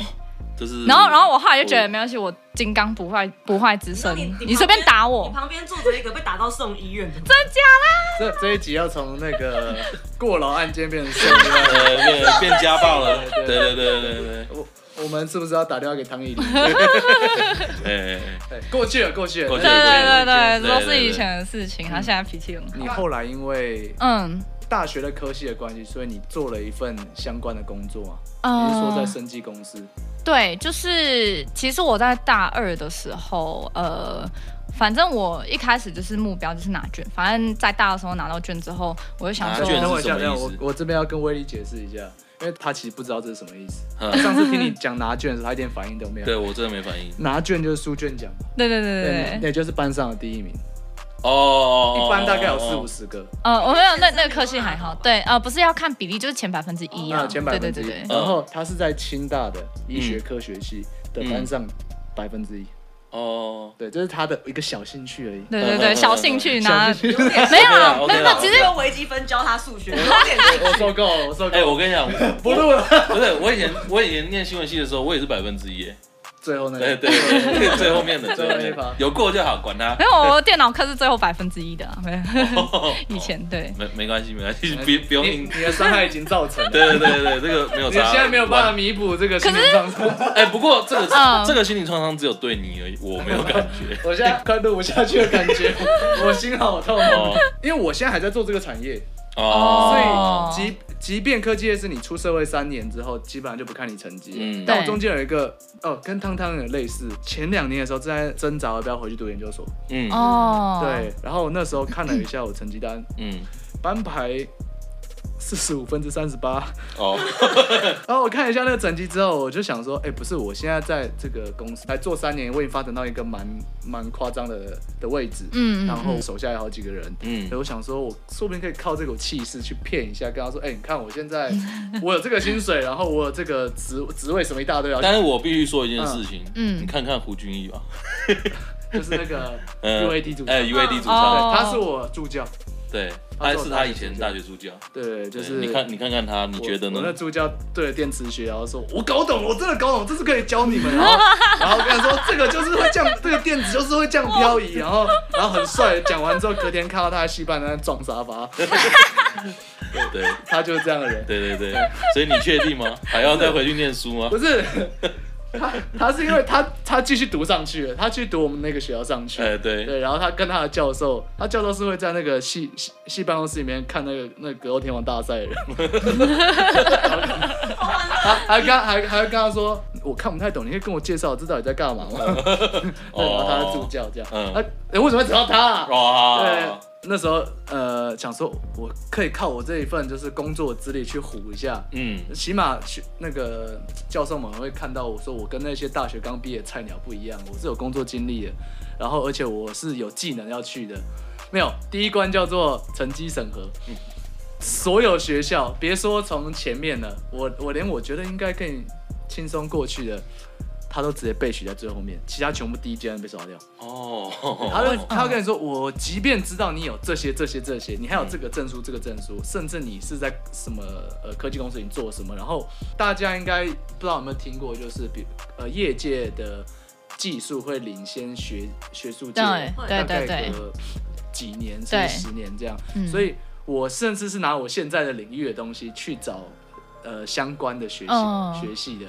就是。
然后然后我后来就觉得
我
没关系，我金刚不坏不坏之身
那你，你
你随便打我
你。旁边坐着一个被打到送医 院的，
这这一集要从那 个过劳案件变成胜利案。
呃变变家暴了，对对对对对
我我们是不是要打电话给唐 以琳？
对，哎哎哎。
对哎过去了，过去了，
过去
对
了
对对
对
对，都
对
是
对
以前的事情，他现在脾气很好。
你后来因为
嗯，
大学的科系的关系，所以你做了一份相关的工作吗？
呃
你是说在生技公司？
对，就是其实我在大二的时候，呃，反正我一开始就是目标就是拿卷，反正在大二的时候拿到卷之后，我就想
拿
说，
卷
等我一下，
是什么意思
等我我这边要跟威力解释一下，因为他其实不知道这是什么意思。
嗯
上次听你讲拿卷的时候，他一点反应都没有。
对我真的没反应。
拿卷就是书卷奖嘛，
对对对对
对，
对
那就是班上的第一名。
哦哦哦，
一班大概有四五十个，
呃，我没有那那个科系还好，对，呃，不是要看比例，就是前百分之一啊，
啊，前百
对对
分之
对
一
对。，
然后他是在清大的医学科学系的班上百分之一，
哦，
对，这是他的一个小兴趣而已。
对对对，小兴趣
小
拿
兴趣，
没有啊，
OK 啦
没有，没有其实
用微积分教他数学，有点
我受够了，我受够
哎，我
了，
跟你讲，
不录了。
不是我以前我以前念新闻系的时候，我也是百分之一，
最后那
对
个，
对对，最后面的最后
最
面
后一趴
的有过就好，管他
没。有，我电脑课是最后百分之一的啊， 没有，以前对。
没没关系没关系，别不用
哎你
硬。
你的伤害已经造 成了，
对对对对，这个没有
你
差。
现在没有办法弥补这个心理创伤。。
哎、不过这个、
嗯
这个心理创伤只有对你而已，我没有感觉
我现在快录不下去的感 觉，我心好痛
哦
哦。因为我现在还在做这个产业，所
哦
哦，
以即即便科技业是你出社会三年之后，基本上就不看你成绩了。
嗯
但我
对
中间有一个哦，跟汤汤有点类似。前两年的时候，正在挣扎要不要回去读研究所。
嗯
哦，
对，然后我那时候看了一下我成绩单，
嗯
班排四十五分之三十八。
哦，
然后我看了一下那个成绩之后，我就想说，哎、不是，我现在在这个公司来做三年，我已经发展到一个蛮蛮夸张的的位置。
嗯，嗯，
然后
嗯
手下有好几个人，
嗯
所以我想说，我说不定可以靠这股气势去骗一下，跟他说，哎、你看我 现在我有这个薪水，然后我有这个职职位什么一大堆，啊然后
但是我必须说一件事情，
嗯
你看看胡俊 义吧，
就是那 个
嗯
UAD 主唱，
哎
对，
，UAD 主
哦
唱，
他是我助教，
对，他
他
是
是我
他
大学
以前
助
大
教
学助教，
对，就
对
是
你看你看看他，你
我
觉得
我那
呢？
助教对着电磁学，然后说：“我搞懂，我真的搞懂，这是可以教你 们。”然后，然后我跟他说：“这个就是会这样，这个电子就是会这样漂移。”然后，然后很帅。讲完之后，隔天看到他在戏班在那撞沙发，
对
他就是这样的人。
对对对，所以你确定吗？还要再回去念书吗
不？是他，他是因为他他继续读上去了，他去读我们那个学校上去。
哎，对，
对，然后他跟他的教授，他教授是会在那个系系系办公室里面看那个那个格斗天王大赛的人，还还跟他还还跟他说，我看不太懂，你可以跟我介绍这到底在干嘛吗？对，然后他的助教这样，
哦嗯
啊，诶为什么会找到他、啊？对
哦哇，，
那时候呃想说，我可以靠我这一份就是工作资历去唬一下，
嗯
起码学那个教授们会看到我说我跟那些大学刚毕业的菜鸟不一样，我是有工作经历的，然后而且我是有技能要去的。没有，第一关叫做成绩审核。所有学校，别说从前面了，我我连我觉得应该更轻松过去的，他都直接被取在最后面，其他全部第一阶段被刷掉。他
哦，
会
嗯
他会跟你说，我即便知道你有这些这些这些，你还有这个证书这个证书，甚至你是在什么呃科技公司你做什么，然后大家应该不知道有没有听过，就是比呃业界的技术会领先学学术界
对
大
对对
概
对
隔几年甚
对
至十年这样，
嗯
所以我甚至是拿我现在的领域的东西去找呃相关的学系、
哦
学系的，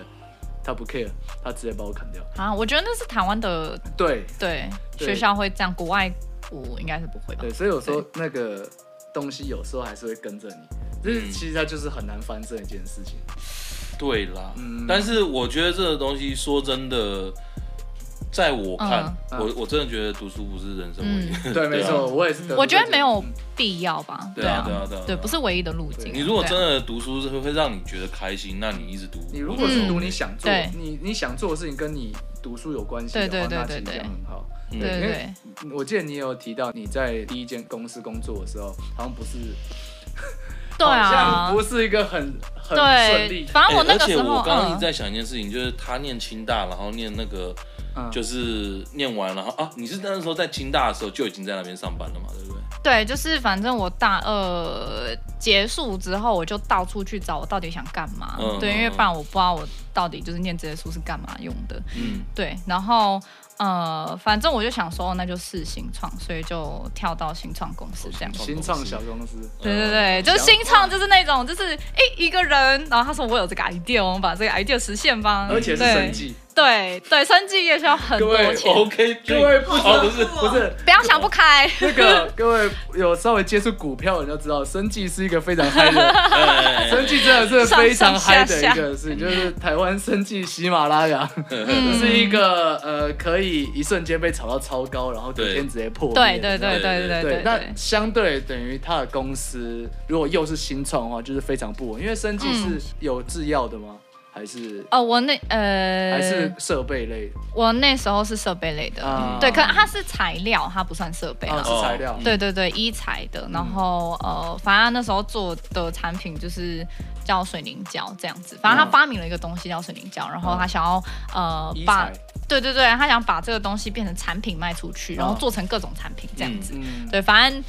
他不 care，他直接把我砍掉，
啊，我觉得那是台湾的
对。
对
对
学校会这样，国外我应该是不
啊
会吧
对，？所以有时候那个东西有时候还是会跟着你，就是
嗯
其实它就是很难翻身的一件 事情。
对啦，
嗯
但是我觉得这个东西说真的。在我看，
嗯
我我真的觉得读书不是人生唯一的。
对，没
啊
错，我也是得出这个。
嗯我觉得没有
嗯
必要吧，
对啊
啊
对啊对啊对啊
对，不是唯一的路径啊。
你如果
对啊
真的读书是会会让你觉得开心，那你一直读。
你如果是读
嗯
你想做
对，
你你想做的事情跟你读书有关系的
对
话，
对对
那其实
对
这
对
样很好。
嗯
对对对，
我记得你也有提到你在第一间公司工作的时候，好像不是，
对
好
啊
像，不是一个很很顺
对，
利。
反正我
欸
那个
而且
时候
我刚刚一
嗯
直在想一件事情，就是他念清大，然后念那个，
嗯
就是念完，然后啊，你是那时候在清大的时候就已经在那边上班了嘛，对不对？
对，就是反正我大二结束之后，我就到处去找我到底想干嘛。
嗯
对，因为
嗯
不然我不知道我到底就是念这些书是干嘛用的。
嗯，
对，然后呃，反正我就想说，那就试新创，所以就跳到新创公司这样。
哦新创哦小公司，
嗯
对对对，就是新创，就是那种，就是哎、一个人，然后他说我有这个 idea，我们把这个 idea 实现吧。
而且是
对
生计。
对对，生计也需要很
各
多
位
钱，
OK，
各位不
哦不 是，
不是，
不要想不开。
那个各位有稍微接触股票的人就知道，生计是一个非常嗨的，
哎
生计真的是非常嗨的一个事情，就是台湾生计喜马拉雅
嗯
是一个呃可以一瞬间被炒到超高，然后隔天直接破灭
对
的
对对对对
对
对
那相对等于他的
嗯
公司如果又是新创的话，就是非常不稳，因为生计是有制药的吗？还是
哦，我那呃，
还是设备类
我那时候是设备类的，
啊？
对，可它是材料，它不算设备
啊，
啦
是材料
哦，
对对对，一材的，然后、呃，反正他那时候做的产品就是叫水凝胶这样子，反正他
嗯
发明了一个东西叫水凝胶，然后他想要呃
一
把
材，，
对对对，他想把这个东西变成产品卖出去，然后
嗯
做成各种产品这样子，
嗯，
对，反正。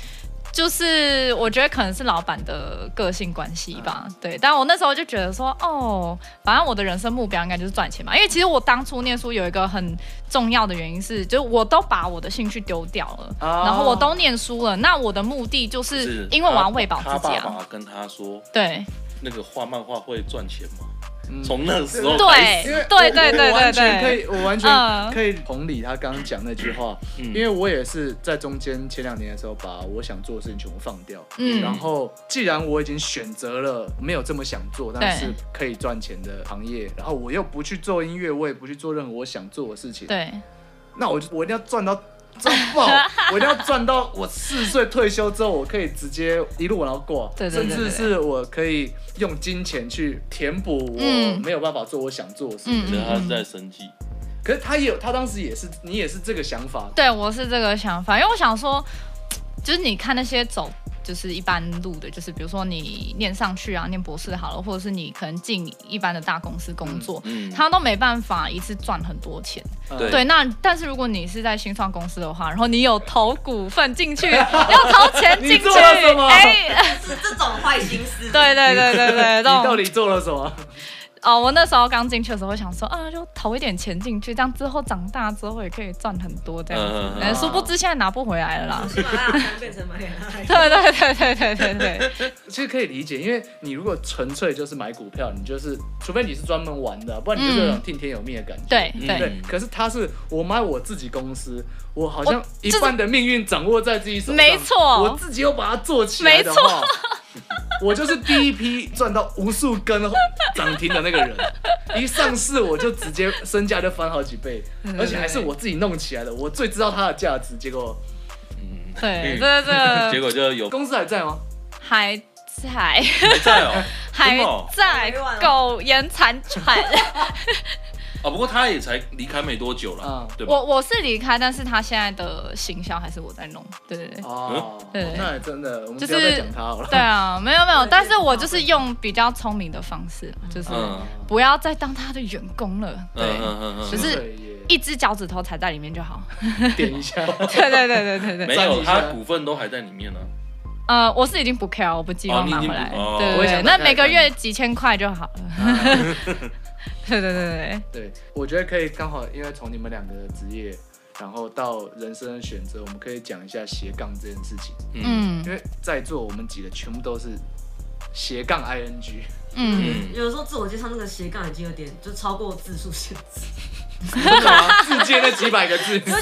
就是我觉得可能是老板的个性关系吧，
嗯
对。但我那时候就觉得说，哦，反正我的人生目标应该就是赚钱嘛。因为其实我当初念书有一个很重要的原因是，就是我都把我的兴趣丢掉了，
哦
然后我都念书了。那我的目的就是因为我要喂饱
他
自己
爸
啊。
爸跟他说，
对
那个画漫画会赚钱吗？
嗯
从那个时候
对
开始，
对对对
我
对
完全可
对，
以，我完
嗯
全可以同理他刚刚讲那句话，
嗯
因为我也是在中间前两年的时候，把我想做的事情全部放掉。然
嗯，
后，既然我已经选择了没有这么想做，但是可以赚钱的行业，然后我又不去做音乐，我也不去做任何我想做的事情，
对
那我就我一定要赚到 赚 爆，我一定要赚到我四十岁退休之后，我可以直接一路往上过，
对对对
甚至是我可以用金钱去填补我
嗯
没有办法做我想做的事情。
觉得
嗯，
他是在生气，
可是他也有，他当时也是，你也是这个想法。
对我是这个想法，因为我想说，就是你看那些走。就是一般路的，就是比如说你念上去啊，念博士好了，或者是你可能进一般的大公司工作，
嗯，
他都没办法一次赚很多钱。
嗯
对
对，那但是如果你是在新创公司的话，然后你有投股份进去， 要投钱进
你
去
做了什，么
哎，
是这种坏心思。
对对对对对，这
你到
种
底做了什么？
哦，我那时候刚进去的时候，我想说啊，就投一点钱进去，这样之后长大之后也可以赚很多这样
嗯嗯
子
嗯。
但殊不知现在拿不回来了啦。
喜马拉雅山变成马里亚
对对对对对对对，
其实可以理解，因为你如果纯粹就是买股票，你就是除非你是专门玩的，不然你就是有种听天由命的感觉。
对
嗯
对
对，可是他是我买我自己公司，我好像
我
一半的命运掌握在自己手上，
没错
我自己又把它做起来的话， 我就是第一批赚到无数根涨停的那个 人。一上市我就直接身价就翻好几倍，
对
而且还是我自己弄起来的，我最知道它的价值。结果
嗯
对，这 这
结
个
果就有
公司还在吗？
还在
还在哦，真
还
的哦
在 苟延残喘。
啊，不过他也才离开没多久了
嗯，
对吧？
我我是离开，但是他现在的行销还是我在弄。对对对。
哦，
对
那也真的，我们不
就是
要再讲它好了。
对啊，没有没有，
对
但是我就是用比较聪明的方式，就是
嗯
不要再当他的员工了，
嗯
对，
嗯嗯嗯，
就是
对耶
一只脚趾头踩在里面就 好。
点一下，
对对对对对对
没
对，
有，
站一下
他股份都还在里面呢。啊
呃，我是已经不 care，我不寄望
哦你已
拿
经
回
不
来。
哦
对
我也
对对，
想
那
拿
每个
回来
月几千块就好了。
啊
对对对对
对，我觉得可以刚好，因为从你们两个的职业，然后到人生的选择，我们可以讲一下斜杠这件事情。
对，
嗯
嗯
因为在座我们几个全部都是斜杠 ing，
嗯，
嗯，
有的时候自我介绍那个斜杠已经有点就超过字数限制，
真的吗？字界那几百个字，
有些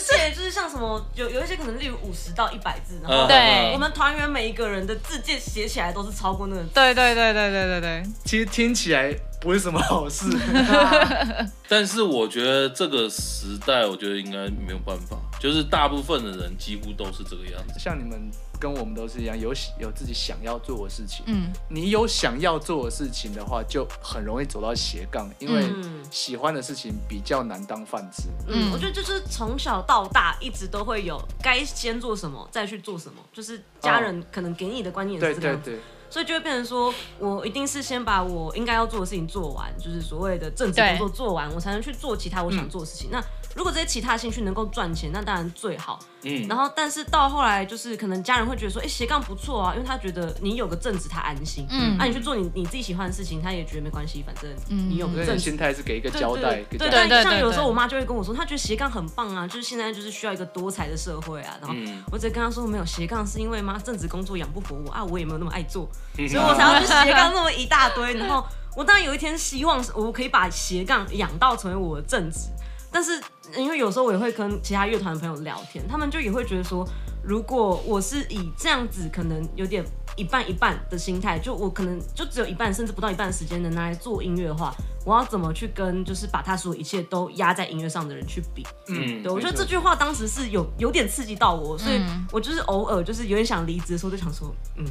字界就是像什么有有一些可能例如五十到一百字，然后
嗯
对
我们团员每一个人的字界写起来都是超过那个 字。
对对对对对对对，
其实听起来不是什么好事。
嗯
但是我觉得这个时代，我觉得应该没有办法，就是大部分的人几乎都是这个样子。
像你们跟我们都是一样，有喜有自己想要做的事情。
嗯
你有想要做的事情的话，就很容易走到斜杠，因为
嗯
喜欢的事情比较难当饭吃。
嗯
嗯，我觉得就是从小到大一直都会有该先做什么，再去做什么，就是家
哦
人可能给你的观念也
对
是这个
对
样子，
对，
所以就会变成说我一定是先把我应该要做的事情做完，就是所谓的正职
对
工作做完，我才能去做其他我想做的事情。那如果这些其他兴趣能够赚钱，那当然最好。
嗯，
然后，但是到后来就是可能家人会觉得说，哎、斜杠不错啊，因为他觉得你有个正职他安心，
嗯
嗯，那、你去做你你自己喜欢的事情，他也觉得没关系，反正
嗯
你有
所
个
以你
正
的
职
心态是给一个
对
交代，给交
对对
代。
对，
对
像
对
有时候
对
我妈就会跟我说，她觉得斜杠很棒啊，就是现在就是需要一个多彩的社会啊。然后
嗯
我只跟她说，没有斜杠是因为妈正职工作养不活我啊，我也没有那么爱做，所以我才要去斜杠那么一大堆。然后我当然有一天希望是我可以把斜杠养到成为我的正职，但是因为有时候我也会跟其他乐团的朋友聊天，他们就也会觉得说，如果我是以这样子，可能有点一半一半的心态，就我可能就只有一半甚至不到一半的时间能拿来做音乐的话，我要怎么去跟就是把他所有一切都压在音乐上的人去比？
嗯
对，我觉得
没
这
错
句话当时是有有点刺激到我，所以
嗯
我就是偶尔就是有点想离职的时候，就想说，嗯，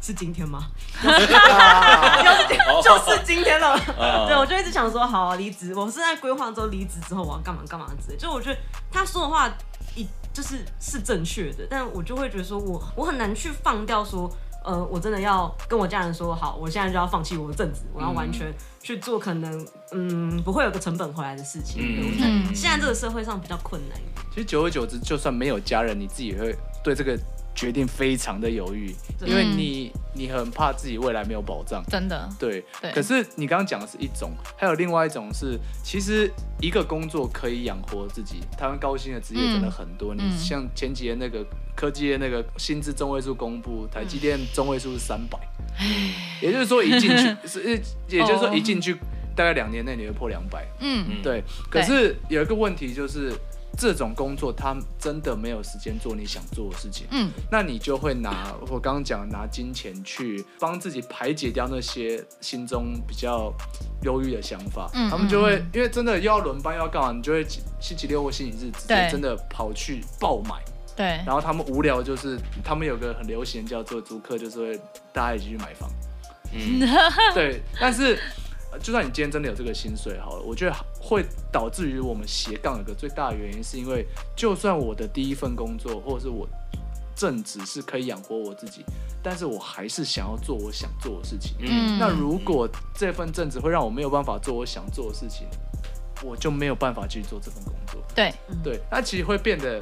是今天吗？
哦
就是今天了。
啊
对，我就一直想说，好啊离职，我是在规划之后离职之后我要干嘛干嘛之类。就我觉得他说的话一就是是正确的，但我就会觉得说我我很难去放掉说，呃，我真的要跟我家人说，好，我现在就要放弃我的正职，我要完全去做可能嗯不会有个成本回来的事情。对我觉得
嗯
现在这个社会上比较困难一点。
其实久而久之，就算没有家人，你自己也会对这个决定非常的犹豫，
对
因为
嗯
你你很怕自己未来没有保障。
真的，
对，
对
可是你刚刚讲的是一种，还有另外一种是，其实一个工作可以养活自己。台湾高薪的职业真的很多，
嗯
你像前几年那个科技业那个薪资中位数公布，台积电中位数是三百、
嗯
也就是说一进 去是，也就是
哦
说一进去大概两年内你会破两百。
嗯，
对，可
对
是有一个问题就是，这种工作他真的没有时间做你想做的事情。
嗯，
那你就会拿我刚刚讲的拿金钱去帮自己排解掉那些心中比较忧郁的想法，
嗯
他们就会
嗯
因为真的又要轮班又要干嘛，你就会星期六或星期日直接
对
真的跑去爆买，
对，
然后他们无聊就是他们有个很流行叫做租客，就是会大家一起去买房，
嗯
对，但是。呃就算你今天真的有这个薪水好了，我觉得会导致于我们斜杠有个最大的原因，是因为就算我的第一份工作或者是我正职是可以养活我自己，但是我还是想要做我想做的事情。
嗯，
那如果这份正职会让我没有办法做我想做的事情，我就没有办法去做这份工作。
对，
对，那其实会变得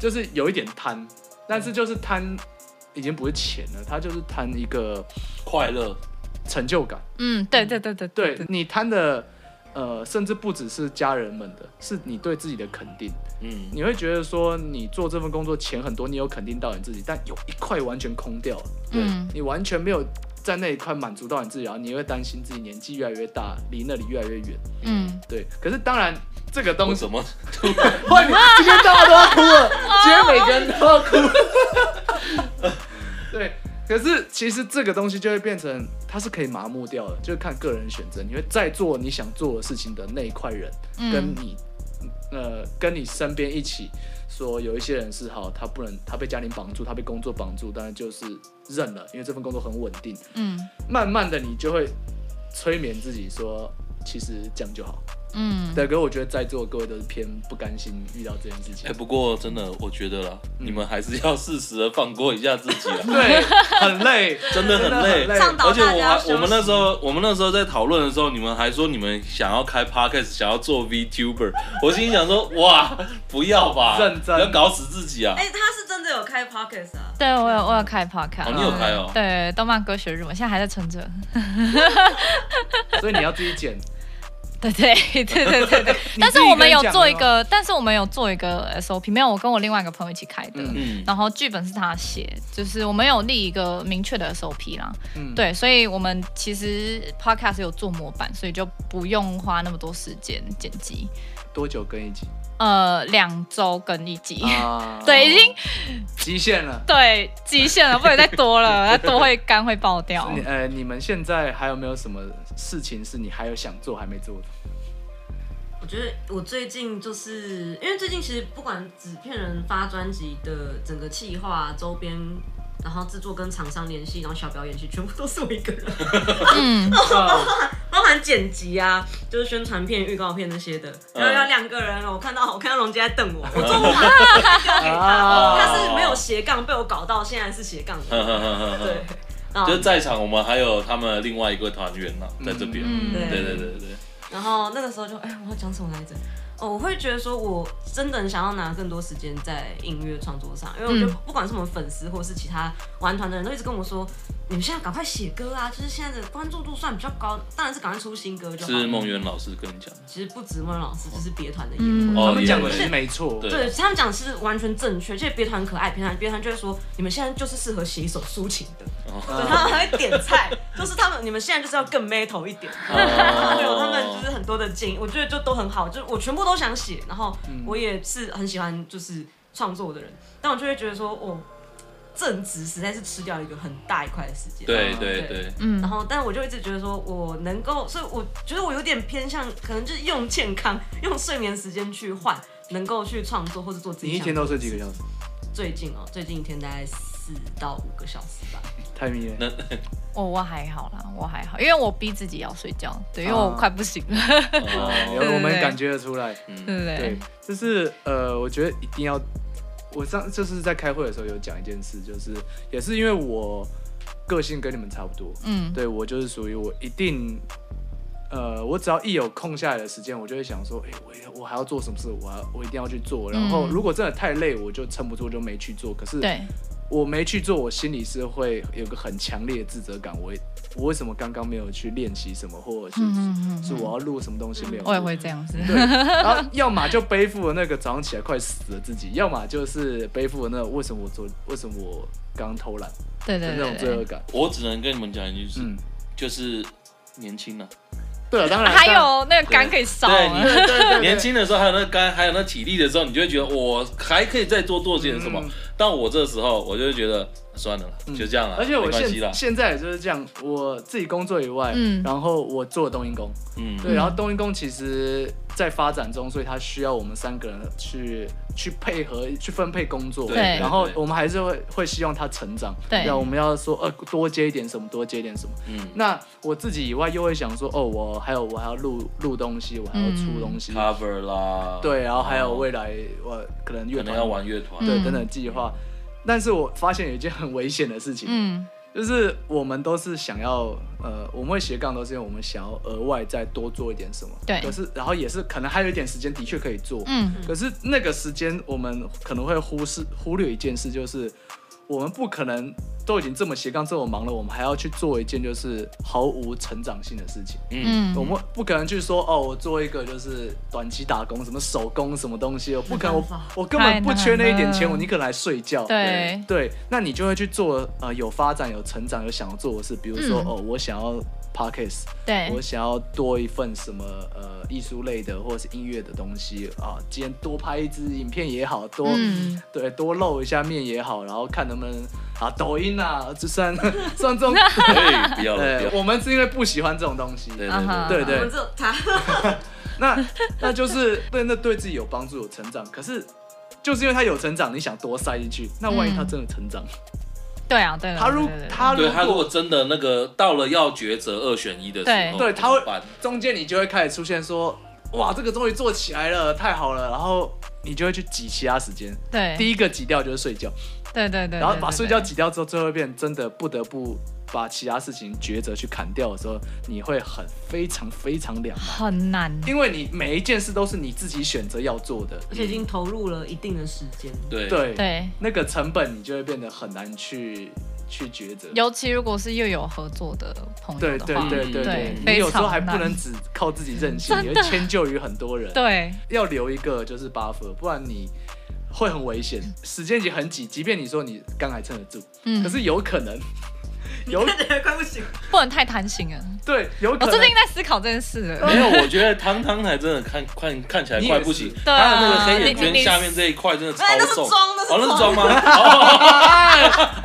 就是有一点贪，但是就是贪已经不是钱了，它就是贪一个
快乐，
成就感。
嗯，对对对对
对你贪的，呃，甚至不只是家人们的，是你对自己的肯定。
嗯
你会觉得说，你做这份工作钱很多，你有肯定到你自己，但有一块完全空掉了，对、
嗯
你完全没有在那一块满足到你自己，然后你会担心自己年纪越来越大，离那里越来越远。
嗯，
对，可是当然这个东
我
西，
怎么
哇，你今天大家都要哭了，今天每个人都要哭。 对，可是其实这个东西就会变成，它是可以麻木掉的，就是看个人选择。你会在做你想做的事情的那一块人，
嗯
跟你呃跟你身边一起说，有一些人是好，他不能，他被家庭绑住，他被工作绑住，当然就是认了，因为这份工作很稳定。
嗯
慢慢的，你就会催眠自己说，其实这样就好。
嗯，
对，可是我觉得在座各位都是偏不甘心遇到这件事情
哎、。不过真的，我觉得啦，
嗯
你们还是要适时的放过一下自己 啦，
对，很累，
真的很累。
真的
倡导
而且
大家
我
要
还
休息
我们那时候我们那时候在讨论的时候，你们还说你们想要开 podcast，想要做 VTuber，我心里想说哇，不要吧，
认真
不要搞死自己啊！
哎、他是真的有开 pockets 啊。
对我有我有开 podcast，
哦，你有开哦，
对，动漫歌学日文，现在还在存着。
所以你要自己剪。
对对对对 对对，但是我们有做一
哦
个，但是我们有做一个 SOP，没有我跟我另外一个朋友一起开的，
嗯
嗯，
然后剧本是他写，就是我们有立一个明确的 SOP 啦。
嗯，
对，所以我们其实 podcast 有做模板，所以就不用花那么多时间剪辑，
多久更 一集
呃，两周更一集。
哦
啊
对，已经
极限了。
对极限了，不能再 多了，再多会肝会爆掉。
你呃，你们现在还有没有什么事情是你还有想做还没 做的？
我觉得我最近就是因为最近其实不管纸片人发专辑的整个企划、周边，然后制作跟厂商联系，然后小表演系，全部都是我一 个人，
嗯，
包含剪辑啊，就是宣传片、预告片那些的，
嗯
然后要两个人哦。我看到我看到龙姐在瞪我，我做不完，丢给
啊
哦
他，他是没有斜杠，被我搞到现在是斜杠
呵
的，
呵呵呵呵
对，啊
嗯就是在场我们还有他们另外一个团员呢，在这边。
嗯
对
对
对对对对，
然后那个时候就，哎、我要讲什么来着？哦，我会觉得说，我真的很想要拿更多时间在音乐创作上，因为我觉得
嗯
不管是我们粉丝或是其他玩团的人都一直跟我说，你们现在赶快写歌啊，就是现在的关注度算比较高，当然是赶快出新歌就好。
是梦圆老师跟你 讲的。
其实不止孟老师，就是别团的也
嗯
他
哦
们讲的
也
是没错，
对
对他们讲是完全正确，而且别团很可爱，别团别团就会说，你们现在就是适合写一首抒情的，对，他们还会点菜，就是他们你们现在就是要更 metal 一点，
哦
对，他们就是很多的建议，我觉得就都很好，就是我全部都想写，然后
嗯
我也是很喜欢就是创作的人，但我就会觉得说，哦，正职实在是吃掉一个很大一块的时间，
对对对，
嗯
然后，但我就一直觉得说，我能够，所以我觉得我有点偏向，可能就是用健康、用睡眠时间去换，能够去创作或者做自
你
己
一
想做的事
天都睡几
情。
个小时？
最近哦，最近一天大概四
四到五个小时吧。
太迷人。
我哦我还好啦，我还好，因为我逼自己要睡觉，对，因为
啊
我快不行了，
啊有
哦嗯
我们
对对
感觉得出来。
对不
对
对？，
就是呃，我觉得一定要，我上就是在开会的时候有讲一件事，就是也是因为我个性跟你们差不多，
嗯，
对我就是属于我一定，呃，我只要一有空下来的时间，我就会想说，哎、我我还要做什么事，我还我一定要去做。然后
嗯
如果真的太累，我就撑不住就没去做。可是
对，
我没去做，我心里是会有个很强烈的自责感，我我为什么刚刚没有去练习什么，或者是、
嗯嗯嗯
是我要录什么东西没有做？
嗯我也会这样子，
对，然后要么就背负了那个早上起来快死的自己，要么就是背负了那个为什么我昨为什么我刚偷懒
对
的
对
那种
对
罪恶
对，
感。
我只能跟你们讲一句是，
嗯，
就是年轻呢、
对了，啊当然
啊还
当然
有那个肝可以烧
对
啊
你，
对对对，
年轻的时候还有那肝，还有那体力的时候，你就会觉得我还可以再多做些什么。
嗯
到我这时候，我就会觉得啊算了啦，
嗯
就这样了，
而且我
没关系啦
现。现在也就是这样，我自己工作以外，
嗯
然后我做冬阴功，
嗯，
对，然后冬阴功其实在发展中，所以它需要我们三个人去去配合去分配工作，
对
对
然后
对
我们还是会会希望它成长，
对
要我们要说呃多接一点什么，多接一点什么。
嗯
那我自己以外又会想说，哦，我还有我还要录录东西，我还要出东西，
嗯，cover 啦，
对，然后还有
哦
未来我可能乐
可能
团
要玩乐团，
对
嗯
等等计划。但是我发现有一件很危险的事情，
嗯，
就是我们都是想要，呃，我们会斜杠，都是因为我们想要额外再多做一点什么。
对
可是，然后也是可能还有一点时间的确可以做，
嗯，
可是那个时间我们可能会忽视忽略一件事，就是我们不可能都已经这么斜杠这么忙了，我们还要去做一件就是毫无成长性的事情。
嗯，
嗯，
我们不可能去说哦，我做一个就是短期打工，什么手工什么东西，我不可能，我
没办法
我根本不缺那一点
太
钱，
难
我
了
宁可来睡觉。
对，
对，那你就会去做呃有发展、有成长、有想要做的事，比如说、
嗯
哦，我想要 podcast，
对
我，想要多一份什么呃艺术类的或者是音乐的东西啊，今天多拍一支影片也好，多、
嗯
对多露一下面也好，然后看能不能啊抖音啊，就 算算这种，
对，哎不要了，不
对
要，，
我们是因为不喜欢这种东西，
对
啊哈
对
对
我们只有 他，
那 那就是对那对自己有帮助、有成长，可是。就是因为他有成长，你想多塞进去，那万一他
嗯
真的成长，
对啊，对啊，
他如
对对对
他
对，
如
对他如果真的那个到了要抉择二选一的时候，
对他会
怎么办
中间你就会开始出现说，哇，这个终于做起来了，太好了，然后你就会去挤其他时间。
对，
第一个挤掉就是睡觉，
对对对，
然后
对
把
对
睡觉
对
挤掉之后，最后一遍真的不得不把其他事情抉择去砍掉的时候，你会很非常非常两难，
很难，
因为你每一件事都是你自己选择要做的，
而且已经投入了一定的时间。
对
对，
对，
那个成本你就会变得很难去去抉择。
尤其如果是又有合作的朋友
对
的
对
话，
对对
嗯
对
对，
你有
非
时候
常
还不
难
能只靠自己任性，你
真
会
的
迁就于很多人。
对
要留一个就是 buffer，不然你会很危险，时间已经很挤。即便你说你刚还撑得住，
嗯，
可是有可能， 有
看起来快不行了，
不能太贪心了。
对有可能
我最近在思考这件事 了，
没有，我觉得汤汤台真的看看看起来快不行
你，
对啊
他的那个黑眼
你
圈
你
下面这一块真的超
哎那是
重，
妆那是
哦那是妆吗？哦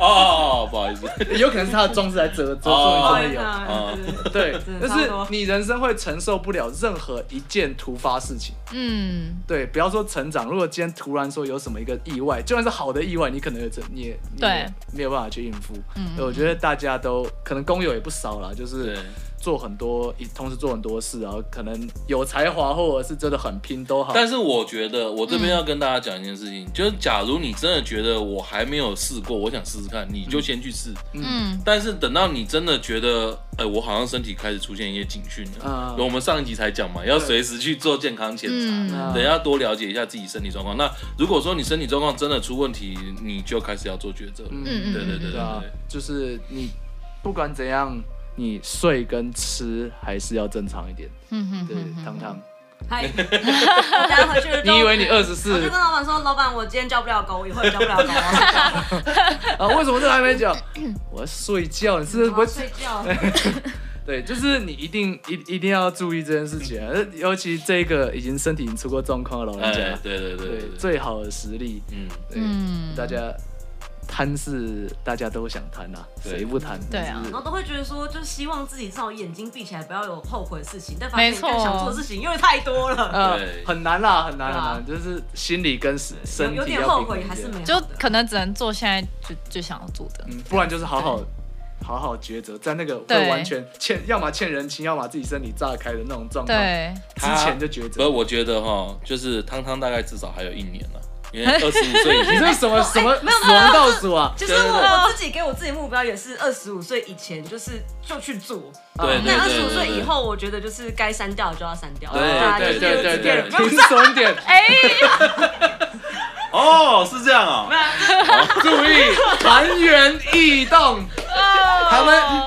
哦哦哦哦，不好意思，
有可能是他的妆是来遮
哦
遮住
哦
你真的有。
哦
对对对
对，
真的
但
差不
是
多
你人生会承受不了任何一件突发事情。
嗯，
对，不要说成长，如果今天突然说有什么一个意外，就算是好的意外，你可能也真你也你也
对
没有办法去应付。
嗯
对我觉得大家都可能工友也不少啦，就是
对，
做很多，一同时做很多事，然后可能有才华或者是真的很拼都好。
但是我觉得我这边要跟大家讲一件事情，就是假如你真的觉得我还没有试过，我想试试看，你就先去试。
嗯
但是等到你真的觉得，哎、我好像身体开始出现一些警讯了
啊。
我们上一集才讲嘛，要随时去做健康检查。
嗯，
等要多了解一下自己身体状况。那如果说你身体状况真的出问题，你就开始要做抉择了。
嗯
对对对
对
对
啊
对，
就是你不管怎样，你睡跟吃还是要正常一点。
嗯
对，汤汤，
嗨，大家回去就
你以为你二十
我
四
就跟老板说，老板，我今天交不了狗，我以后也交不了狗， 我
啊？为什么这还没讲？我要睡觉，你是不是
要
不会？
睡觉。
对，就是你一定一一定要注意这件事情啊，尤其这个已经身体已经出过状况的老
嗯
人
哎
家，，
对对对
对
对对，
最好的实力，
嗯，
对
嗯
大家贪是大家都想贪啊，
对
谁不贪？
对啊
是
然后都会觉得说，就是希望自己至少眼睛闭起来，不要有后悔的事情。但发现
没错
更想做的事情因为太多了，
嗯
呃
对，
很难啦，很难
对
很
啊
难，就是心理跟身身
有
体
有点
要
后
平衡
悔
一
还是
点
没有。
就可能只能做现在就就想要做的。
嗯，不然就是好好好好抉择，在那个会
对
完全欠，要么欠人情，要么自己身体炸开的那种状态，
对，
之前就抉
不是，
择。
我觉得哈，就是汤汤大概至少还有一年了，因 为二十五岁已
你
经
这是
哎
什么什么死亡倒数啊？
其实
对对对
我我自己给我自己目标也是二十五岁以前，就是就去做。
对对
那二
对
十五
对
岁
对
以后，我觉得就是该删掉就要删掉，
对
大家就
对
是
对对
别
对
人不用
停损点，
哦，是这样哦。
注意韩元异动。
哦
他们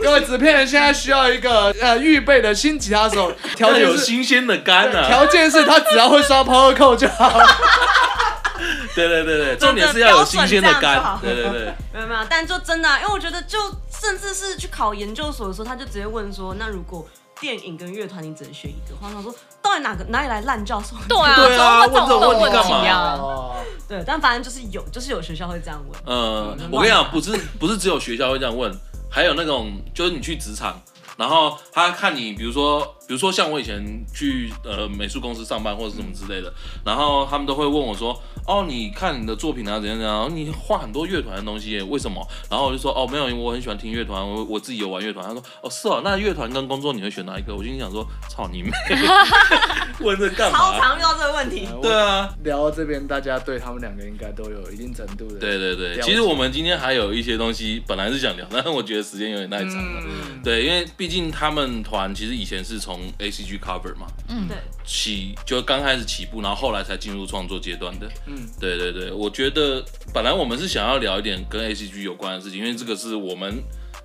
各位纸片人现在需要一个呃预备的新吉他手，条
要
件
有
是
新鲜的肝啊！
条件是他只要会刷 power code 就好了。
对对对对，重点是要有新鲜的
标准这样就
肝
好。
对对对，
没有没有，但就真的啊、因为我觉得就甚至是去考研究所的时候，他就直接问说，那如果电影跟乐团你只能选一个，我想说到底哪个哪里来烂教授？
对啊，
对啊
怎么会这种
问这种问题
问
干嘛
题啊？
哦，
对，但反正就是有，就是有学校会这样问。
嗯，我跟你讲，不是不是只有学校会这样问，还有那种就是你去职场，然后他看你，比如说比如说像我以前去呃美术公司上班或者什么之类的，然后他们都会问我说，哦，你看你的作品啊怎样怎样，然后你画很多乐团的东西耶，为什么？然后我就说，哦，没有，因为我很喜欢听乐团，我我自己有玩乐团。他说，哦，是哦，那乐团跟工作你会选哪一个？我心里想说，操你妹， 问这干
超
嘛？
常遇到这个问题，
对啊，
聊到这边，大家对他们两个应该都有一定程度的
对对对，
了解
其实我们今天还有一些东西本来是想聊，但 是我觉得时间有点太长了。
嗯
对，因为毕竟他们团其实以前是从 A C G cover 嘛
嗯
对，
起，就刚开始起步，然后后来才进入创作阶段的。
嗯，
对对对，我觉得本来我们是想要聊一点跟 A C G 有关的事情，因为这个是我们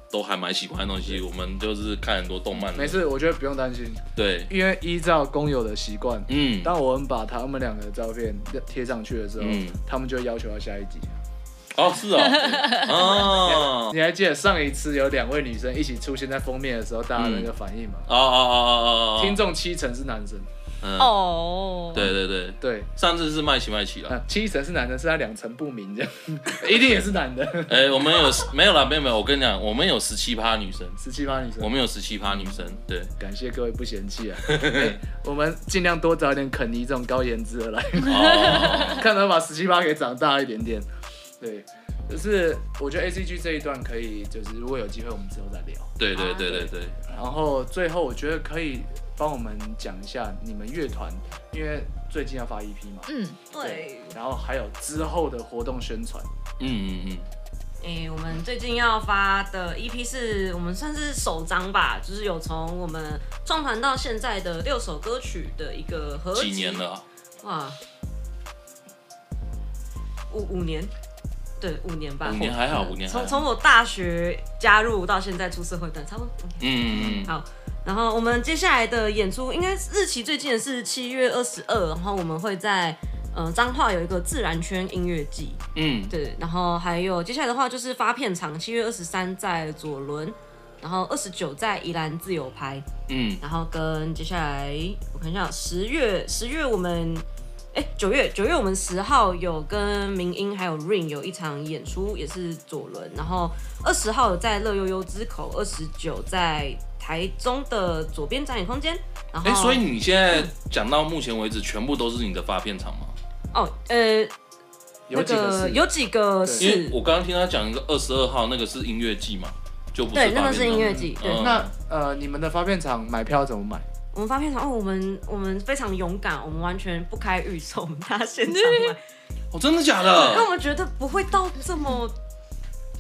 都还蛮喜欢的东西，我们就是看很多动漫的。
没事，我觉得不用担心，
对，
因为依照工友的习惯，
嗯，
当我们把他们两个的照片贴上去的时候，
嗯
他们就要求要下一集。
哦是 哦，哦。
你还记得上一次有两位女生一起出现在封面的时候，大家那个反应吗？
哦哦哦哦哦，
听众七成是男生，
嗯，
哦，
对对对，
对，
上次是麦奇麦奇了，
啊，七成是男的，是他两成不明这样，一定也是男的，
哎、我们有没有啦？没有没有，我跟你讲，我们有十七趴女生，
十七八女生
我。们有十七趴女生，对，
感谢各位不 嫌弃啊，哎我们尽量多找一点肯尼这种高颜值的来，
哦，
看能不能把十七八给长大一点点。对，就是我觉得 A C G 这一段可以，就是如果有机会我们之后再聊。
对对对对对，
然后最后我觉得可以帮我们讲一下你们乐团，因为最近要发 EP 嘛，
嗯，
对，
然后还有之后的活动宣传，
嗯嗯
诶、我们最近要发的 EP 是我们算是首张吧，就是有从我们创团到现在的六首歌曲的一个合
嗯，
集。
几年了啊？
哇，五五年，对，五年吧。
五年还好，五年还
从
好，
从我大学加入到现在出社会，对，差不多。嗯
嗯嗯嗯，
好，然后我们接下来的演出应该是日期最近的是七月二十二，然后我们会在呃彰化有一个自然圈音乐季，
嗯，
对，然后还有接下来的话就是发片场，七月二十三在左轮，然后二十九在宜兰自由拍，
嗯，
然后跟接下来我看一下，十月十月我们。哎，九月九月我们十号有跟明英还有 Rain 有一场演出，也是左轮。然后二十号有在乐悠悠之口，二十九在台中的左边展演空间。然后，
哎、所以你现在讲到目前为止，全部都是你的发片场吗？
哦，呃，
有几个
那
是
有几个
对
因为
是，
我刚刚听他讲一个二十二号，那个是音乐季嘛，就不是
对，那
发
个
片
是
场
音乐季，对。
嗯
那呃，你们的发片场买票怎么买？
我们发片场哦，我们我们非常勇敢，我们完全不开预售，我们大家现场买，
哦，真的假
因为我
的？
们觉得不会到这么，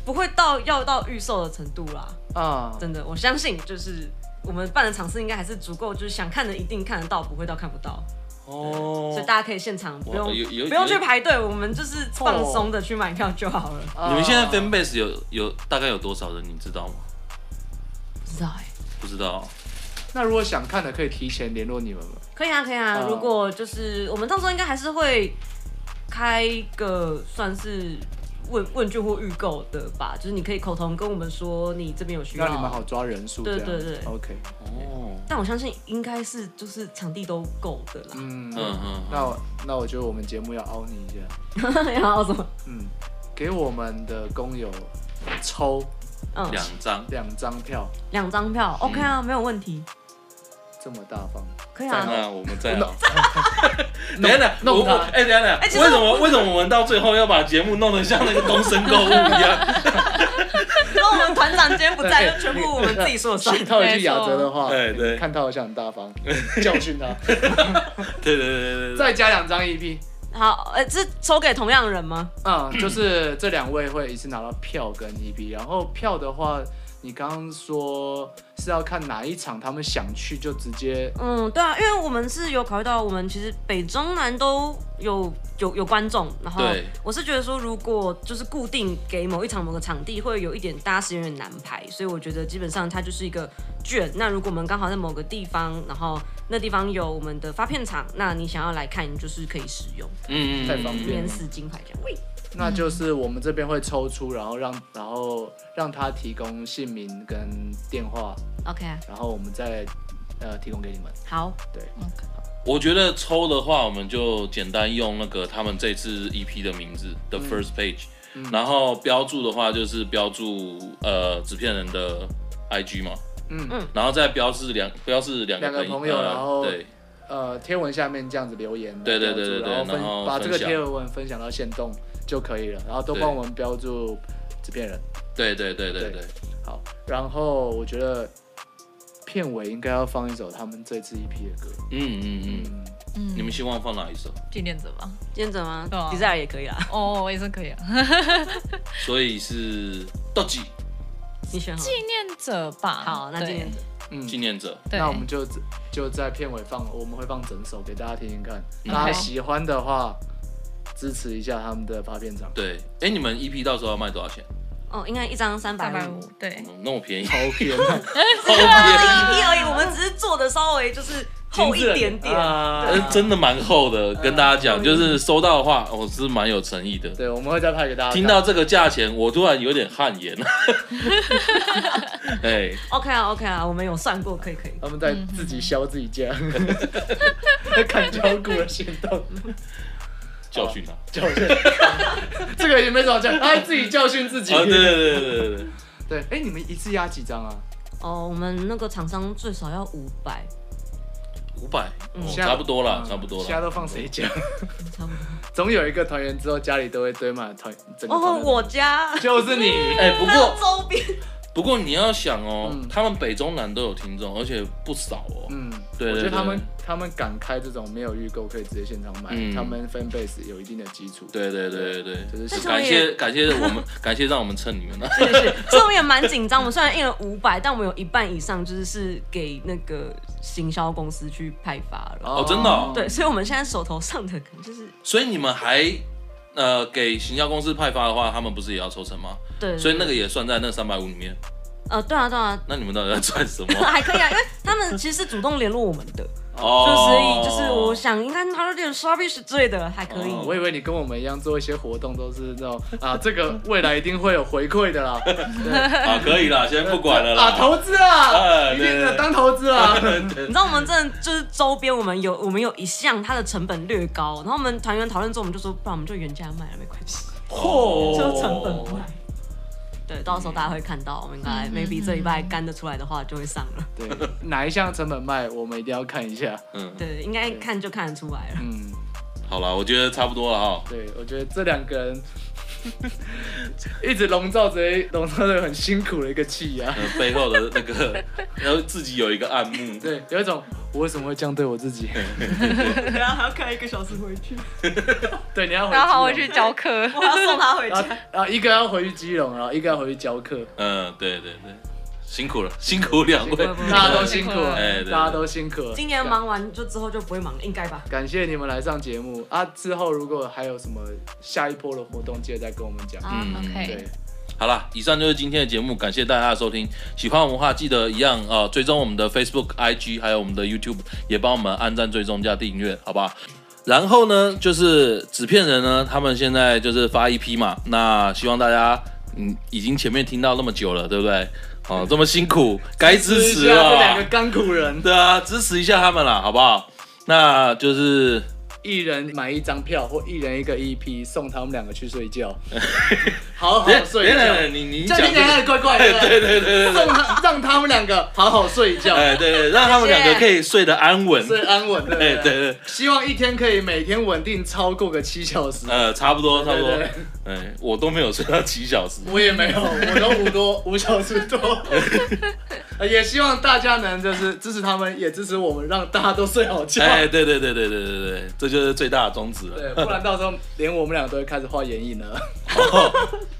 不会到要到预售的程度啦，
啊，
真的，我相信就是我们办的场次应该还是足够，就是想看的一定看得到，不会到看不到，
哦
所以，大家可以现场不用
有有哦
不用去排队，我们就是放松的去买票就好了。
啊你们现在
啊
fan base 有有大概有多少人？你知道吗？
不知道哎、
不知道，
那如果想看的可以提前联络你们吗？
可以啊，可以啊
哦，
嗯
如果就是我们到时候应该还是会开一个算是问问卷或预购的吧，就是你可以口头跟我们说你这边有需要，
让你们好。抓人数这样。
对对对
OK，
哦，
但我相信应该是就是场地都够的啦。
嗯
嗯嗯嗯
那我那我觉得我们节目要凹你一下，
然后什么？
嗯，给我们的工友抽
嗯，
两嗯张，
两张票，
两张票，OK 啊，没有问题，
这么大方，
可以 啊。
那我们再 聊。等一下，等一
弄
下
弄
我我
他
哎，等一下，等一
其实
下，为什么为什么我们到最后要把节目弄得像那个东森购物一样？
然后我们团长今天不在，
对
就全部我们自己说了算。
套一句亚哲的话，
对对
看他好像很大 方，教训他，
对对对对对对。
再加两张 E EP，
好，呃，这抽给同样人吗？
啊、就是这两位会一次拿到票跟 EP，然后票的话，你刚刚说是要看哪一场，他们想去就直接
嗯，对啊，因为我们是有考虑到，我们其实北中南都有有有观众，然后
啊
对
我是觉得说，如果就是固定给某一场某个场地，会有一点大家时间有点难排，所以我觉得基本上它就是一个卷。那如果我们刚好在某个地方，然后那地方有我们的发片场，那你想要来看，你就是可以使用
嗯嗯嗯
太方便
免
了
死金牌这样。喂
那就是我们这边会抽出，然后让然后让他提供姓名跟电话，
，OK，啊
然后我们再呃提供给你们。
好，
对，
我觉得抽的话，我们就简单用那个他们这次 EP 的名字的
嗯
first page，、然后标注的话就是标注呃纸片人的 IG 嘛，
嗯
嗯
然后再标示两标示两个
两个
朋
朋友
呃
然后
对
呃，贴文下面这样子留言，
对对对对对
标注然后
然后
把这个
分享
贴文分享到线动就可以了，然后都
对
帮我们标注制片人。
对对对对
对
对，
好，然后我觉得片尾应该要放一首他们这次 EP 的歌。
嗯嗯嗯，
嗯，
嗯
你们希望放哪一首？
纪念者吧？
今天怎么
对啊
d e s i 也可以啦，
哦，也是可以啊。
所以是 Dodge
你选好了。
纪念者吧。
好，那今天
嗯
纪念者，
对，
那我们就就在片尾放，我们会放整首给大家听听看。
嗯
大家喜欢的话，支持一下他们的发片厂。
对，哎、你们 EP 到时候要卖多少钱？
哦，应该一张三
三
百
百
五
五。，对，
嗯那么便宜，
超偏的，
超便宜，
一批而已，我们只是做的稍微就是厚一点点。
啊
呃 真的蛮厚的。跟大家讲，
嗯
就是收到的话，我是蛮有诚意的。
对，我们会再拍给大家看。
听到这个价钱，我突然有点汗颜。哎、
OK 啊，OK 啊，我们有算过，可以可以。
他们在自己削自己 价，在砍脚骨的行动，
教训他。
教训。 这个也没什么教，他自己教训自己。
啊，对对对对对对，
对，哎，你们一次压几张啊？
哦，我们那个厂商最少要五百，
五百、
嗯
哦，
现在
差不多啦，
嗯
差不多
现在
啦。
都放谁家？
差不多。
总有一个团员之后家里都会堆满团整个团
哦，
员
我家
就是你，
哎、不
还有
过
周边，
不过你要想哦，
嗯
他们北中南都有听众，而且不少哦。
嗯，
对对对
我觉得他们他们敢开这种没有预购可以直接现场买，
嗯
他们 fan base 有一定的基础，，
对对对对对，
就是
但是
感谢感谢我们，感谢让我们蹭你们了。啊
是是，所以我们也蛮紧张。我们虽然印了五百，但我们有一半以上就是是给那个行销公司去派发了。
哦真的哦
对，所以我们现在手头上的可能就是
所以你们还呃给行销公司派发的话，他们不是也要抽成吗？
对，
所以那个也算在那三百五里面。
呃，对啊对啊，
那你们到底在赚什 么？
还可以啊，因为他们其实是主动联络我们的。就所
哦
以就是我想应该拿到点刷币是对的，还可以。
哦
我以为你跟我们一样做一些活动都是那种 啊，这个未来一定会有回馈 的啦，
啊，可以啦，先不管了
啊，
啦。
投资啊，
哎
一
对
定
对
的
对
当投 资啊，
你知道我们真的就是周边，我们有我们有一项它的成本略高，然后我们团员讨论之后，我们就说，不然我们就原价卖了，没关 系，
哦
嚯，
就成本不来。
对，到时候大家会看到，我们应该
嗯
maybe 这礼拜干得出来的话就会上了，
对，哪一项成本卖，我们一定要看一下，
嗯，
对，应该看就看得出 来了。
嗯，
好啦，我觉得差不多了哈。
对，我觉得这两个人 一直笼罩着笼罩着很辛苦的一个气压。
呃背后的那个，然后自己有一个暗幕。
对，有一种我为什么会这样对我自己？
然啊后还要开一个小时回 去，
对，你要回，
然后好回去，教课。
我还要送他回
然后
家。
然后一个要回去基隆，然后一个要回去教课，
嗯，对对对，辛苦了，辛苦两位。
大家都辛苦
嗯
了，
哎对对
大家都辛苦了。啊
今年忙完就之后就不会忙了，应该吧？
感谢你们来上节目啊！之后如果还有什么下一波的活动，记得再跟我们讲。
啊
嗯
对
，OK，，
好啦，以上就是今天的节目，感谢大家的收听。喜欢我们的话，记得一样呃，追踪我们的 Facebook、IG，还有我们的 YouTube，也帮我们按赞、追踪加订阅，好不好？然后呢，就是纸片人呢，他们现在就是发一批嘛，那希望大家，嗯，已经前面听到那么久了，对不对？哦，这么辛苦，该支持啊
一下
了。
这两个干苦人。
对啊，支持一下他们啦，好不好？那就是
一人买一张票或一人一个 EP 送他们两个去 睡觉，好好哦睡
等一下等一下
觉。
哎你你
这
讲
样听起来有
这
点怪怪 的，对对对对，送他让他们两个好好睡觉，
哎对对，让他们两个可以睡得安稳，
睡安稳，对
哎对
对对。
对，
希望一天可以每天稳定超过个七小时。
呃差不多差
对
不多
对，对
哎我都没有睡到七小时，
我也没有，我都五多五小时多。呃 也希望大家能就是支持他们，也支持我们，让大家都睡好觉。
哎对对对对对对对，这就是最大的宗旨了。
对，不然到时候连我们俩都会开始画眼影了。
哦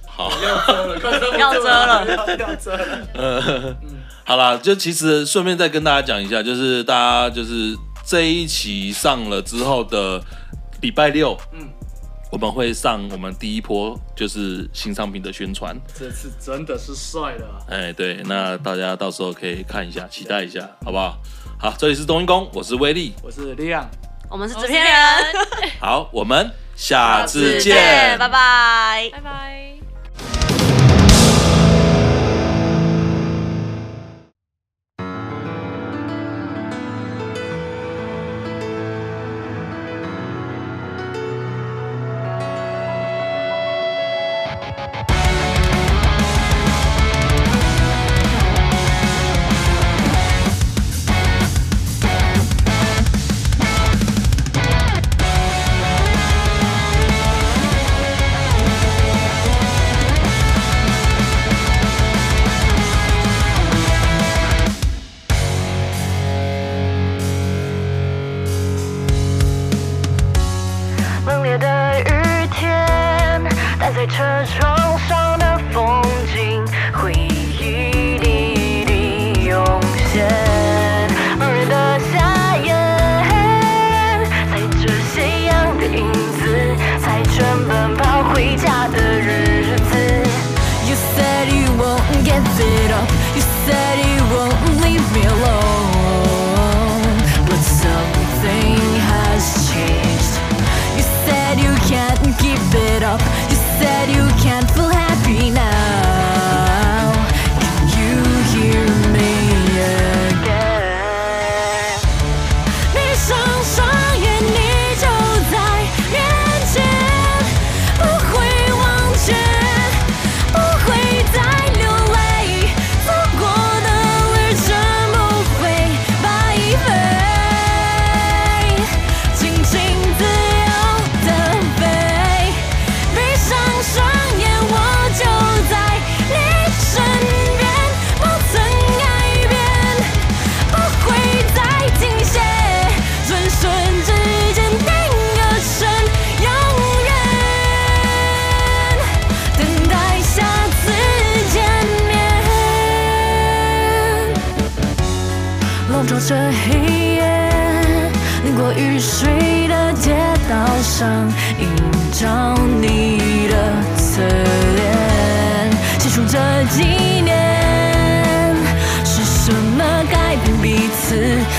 好。
要遮了，快遮不住
要遮了
要要遮了。
呃，好啦，就其实顺便再跟大家讲一下，就是大家就是这一期上了之后的礼拜六，嗯
嗯，
我们会上我们第一波就是新商品的宣传，
这次真的啊是帅了，
哎，对，那大家到时候可以看一下，期待一下，好不好？好，这里是冬阴功，我是威力，
我是亮。
我们是
我
制
是
片
亮
人，
好，我们下次
再
见，
拜拜。
拜拜。
猛烈的雨天，打碎车窗上的风景，回忆滴滴涌现。猛烈的夏夜，踩着夕阳的影子，踩着奔跑回家的日子。
You said you won't give it up. You said you won't leave me alone. But something has changed. You said you can't keep it up. You said you can't feel happy now. Can you hear me again? 闭上双眼，你就在面前，不会忘却，不会再流泪，错过的旅程不会白费，尽情自由的飞。闭上双眼，我就在你身边，不曾改变。不会再停歇，转瞬之间定格成永远，等待下次见面。笼罩着黑夜，淋过雨水的街道上，映照你的侧脸，细数这几年，是什么改变彼此，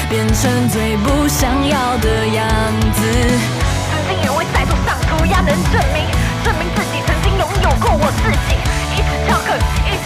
变成最不想要的样子？
曾经以为再度上涂鸦能证明，证明自己曾经拥有过我自己。一直翘课，一直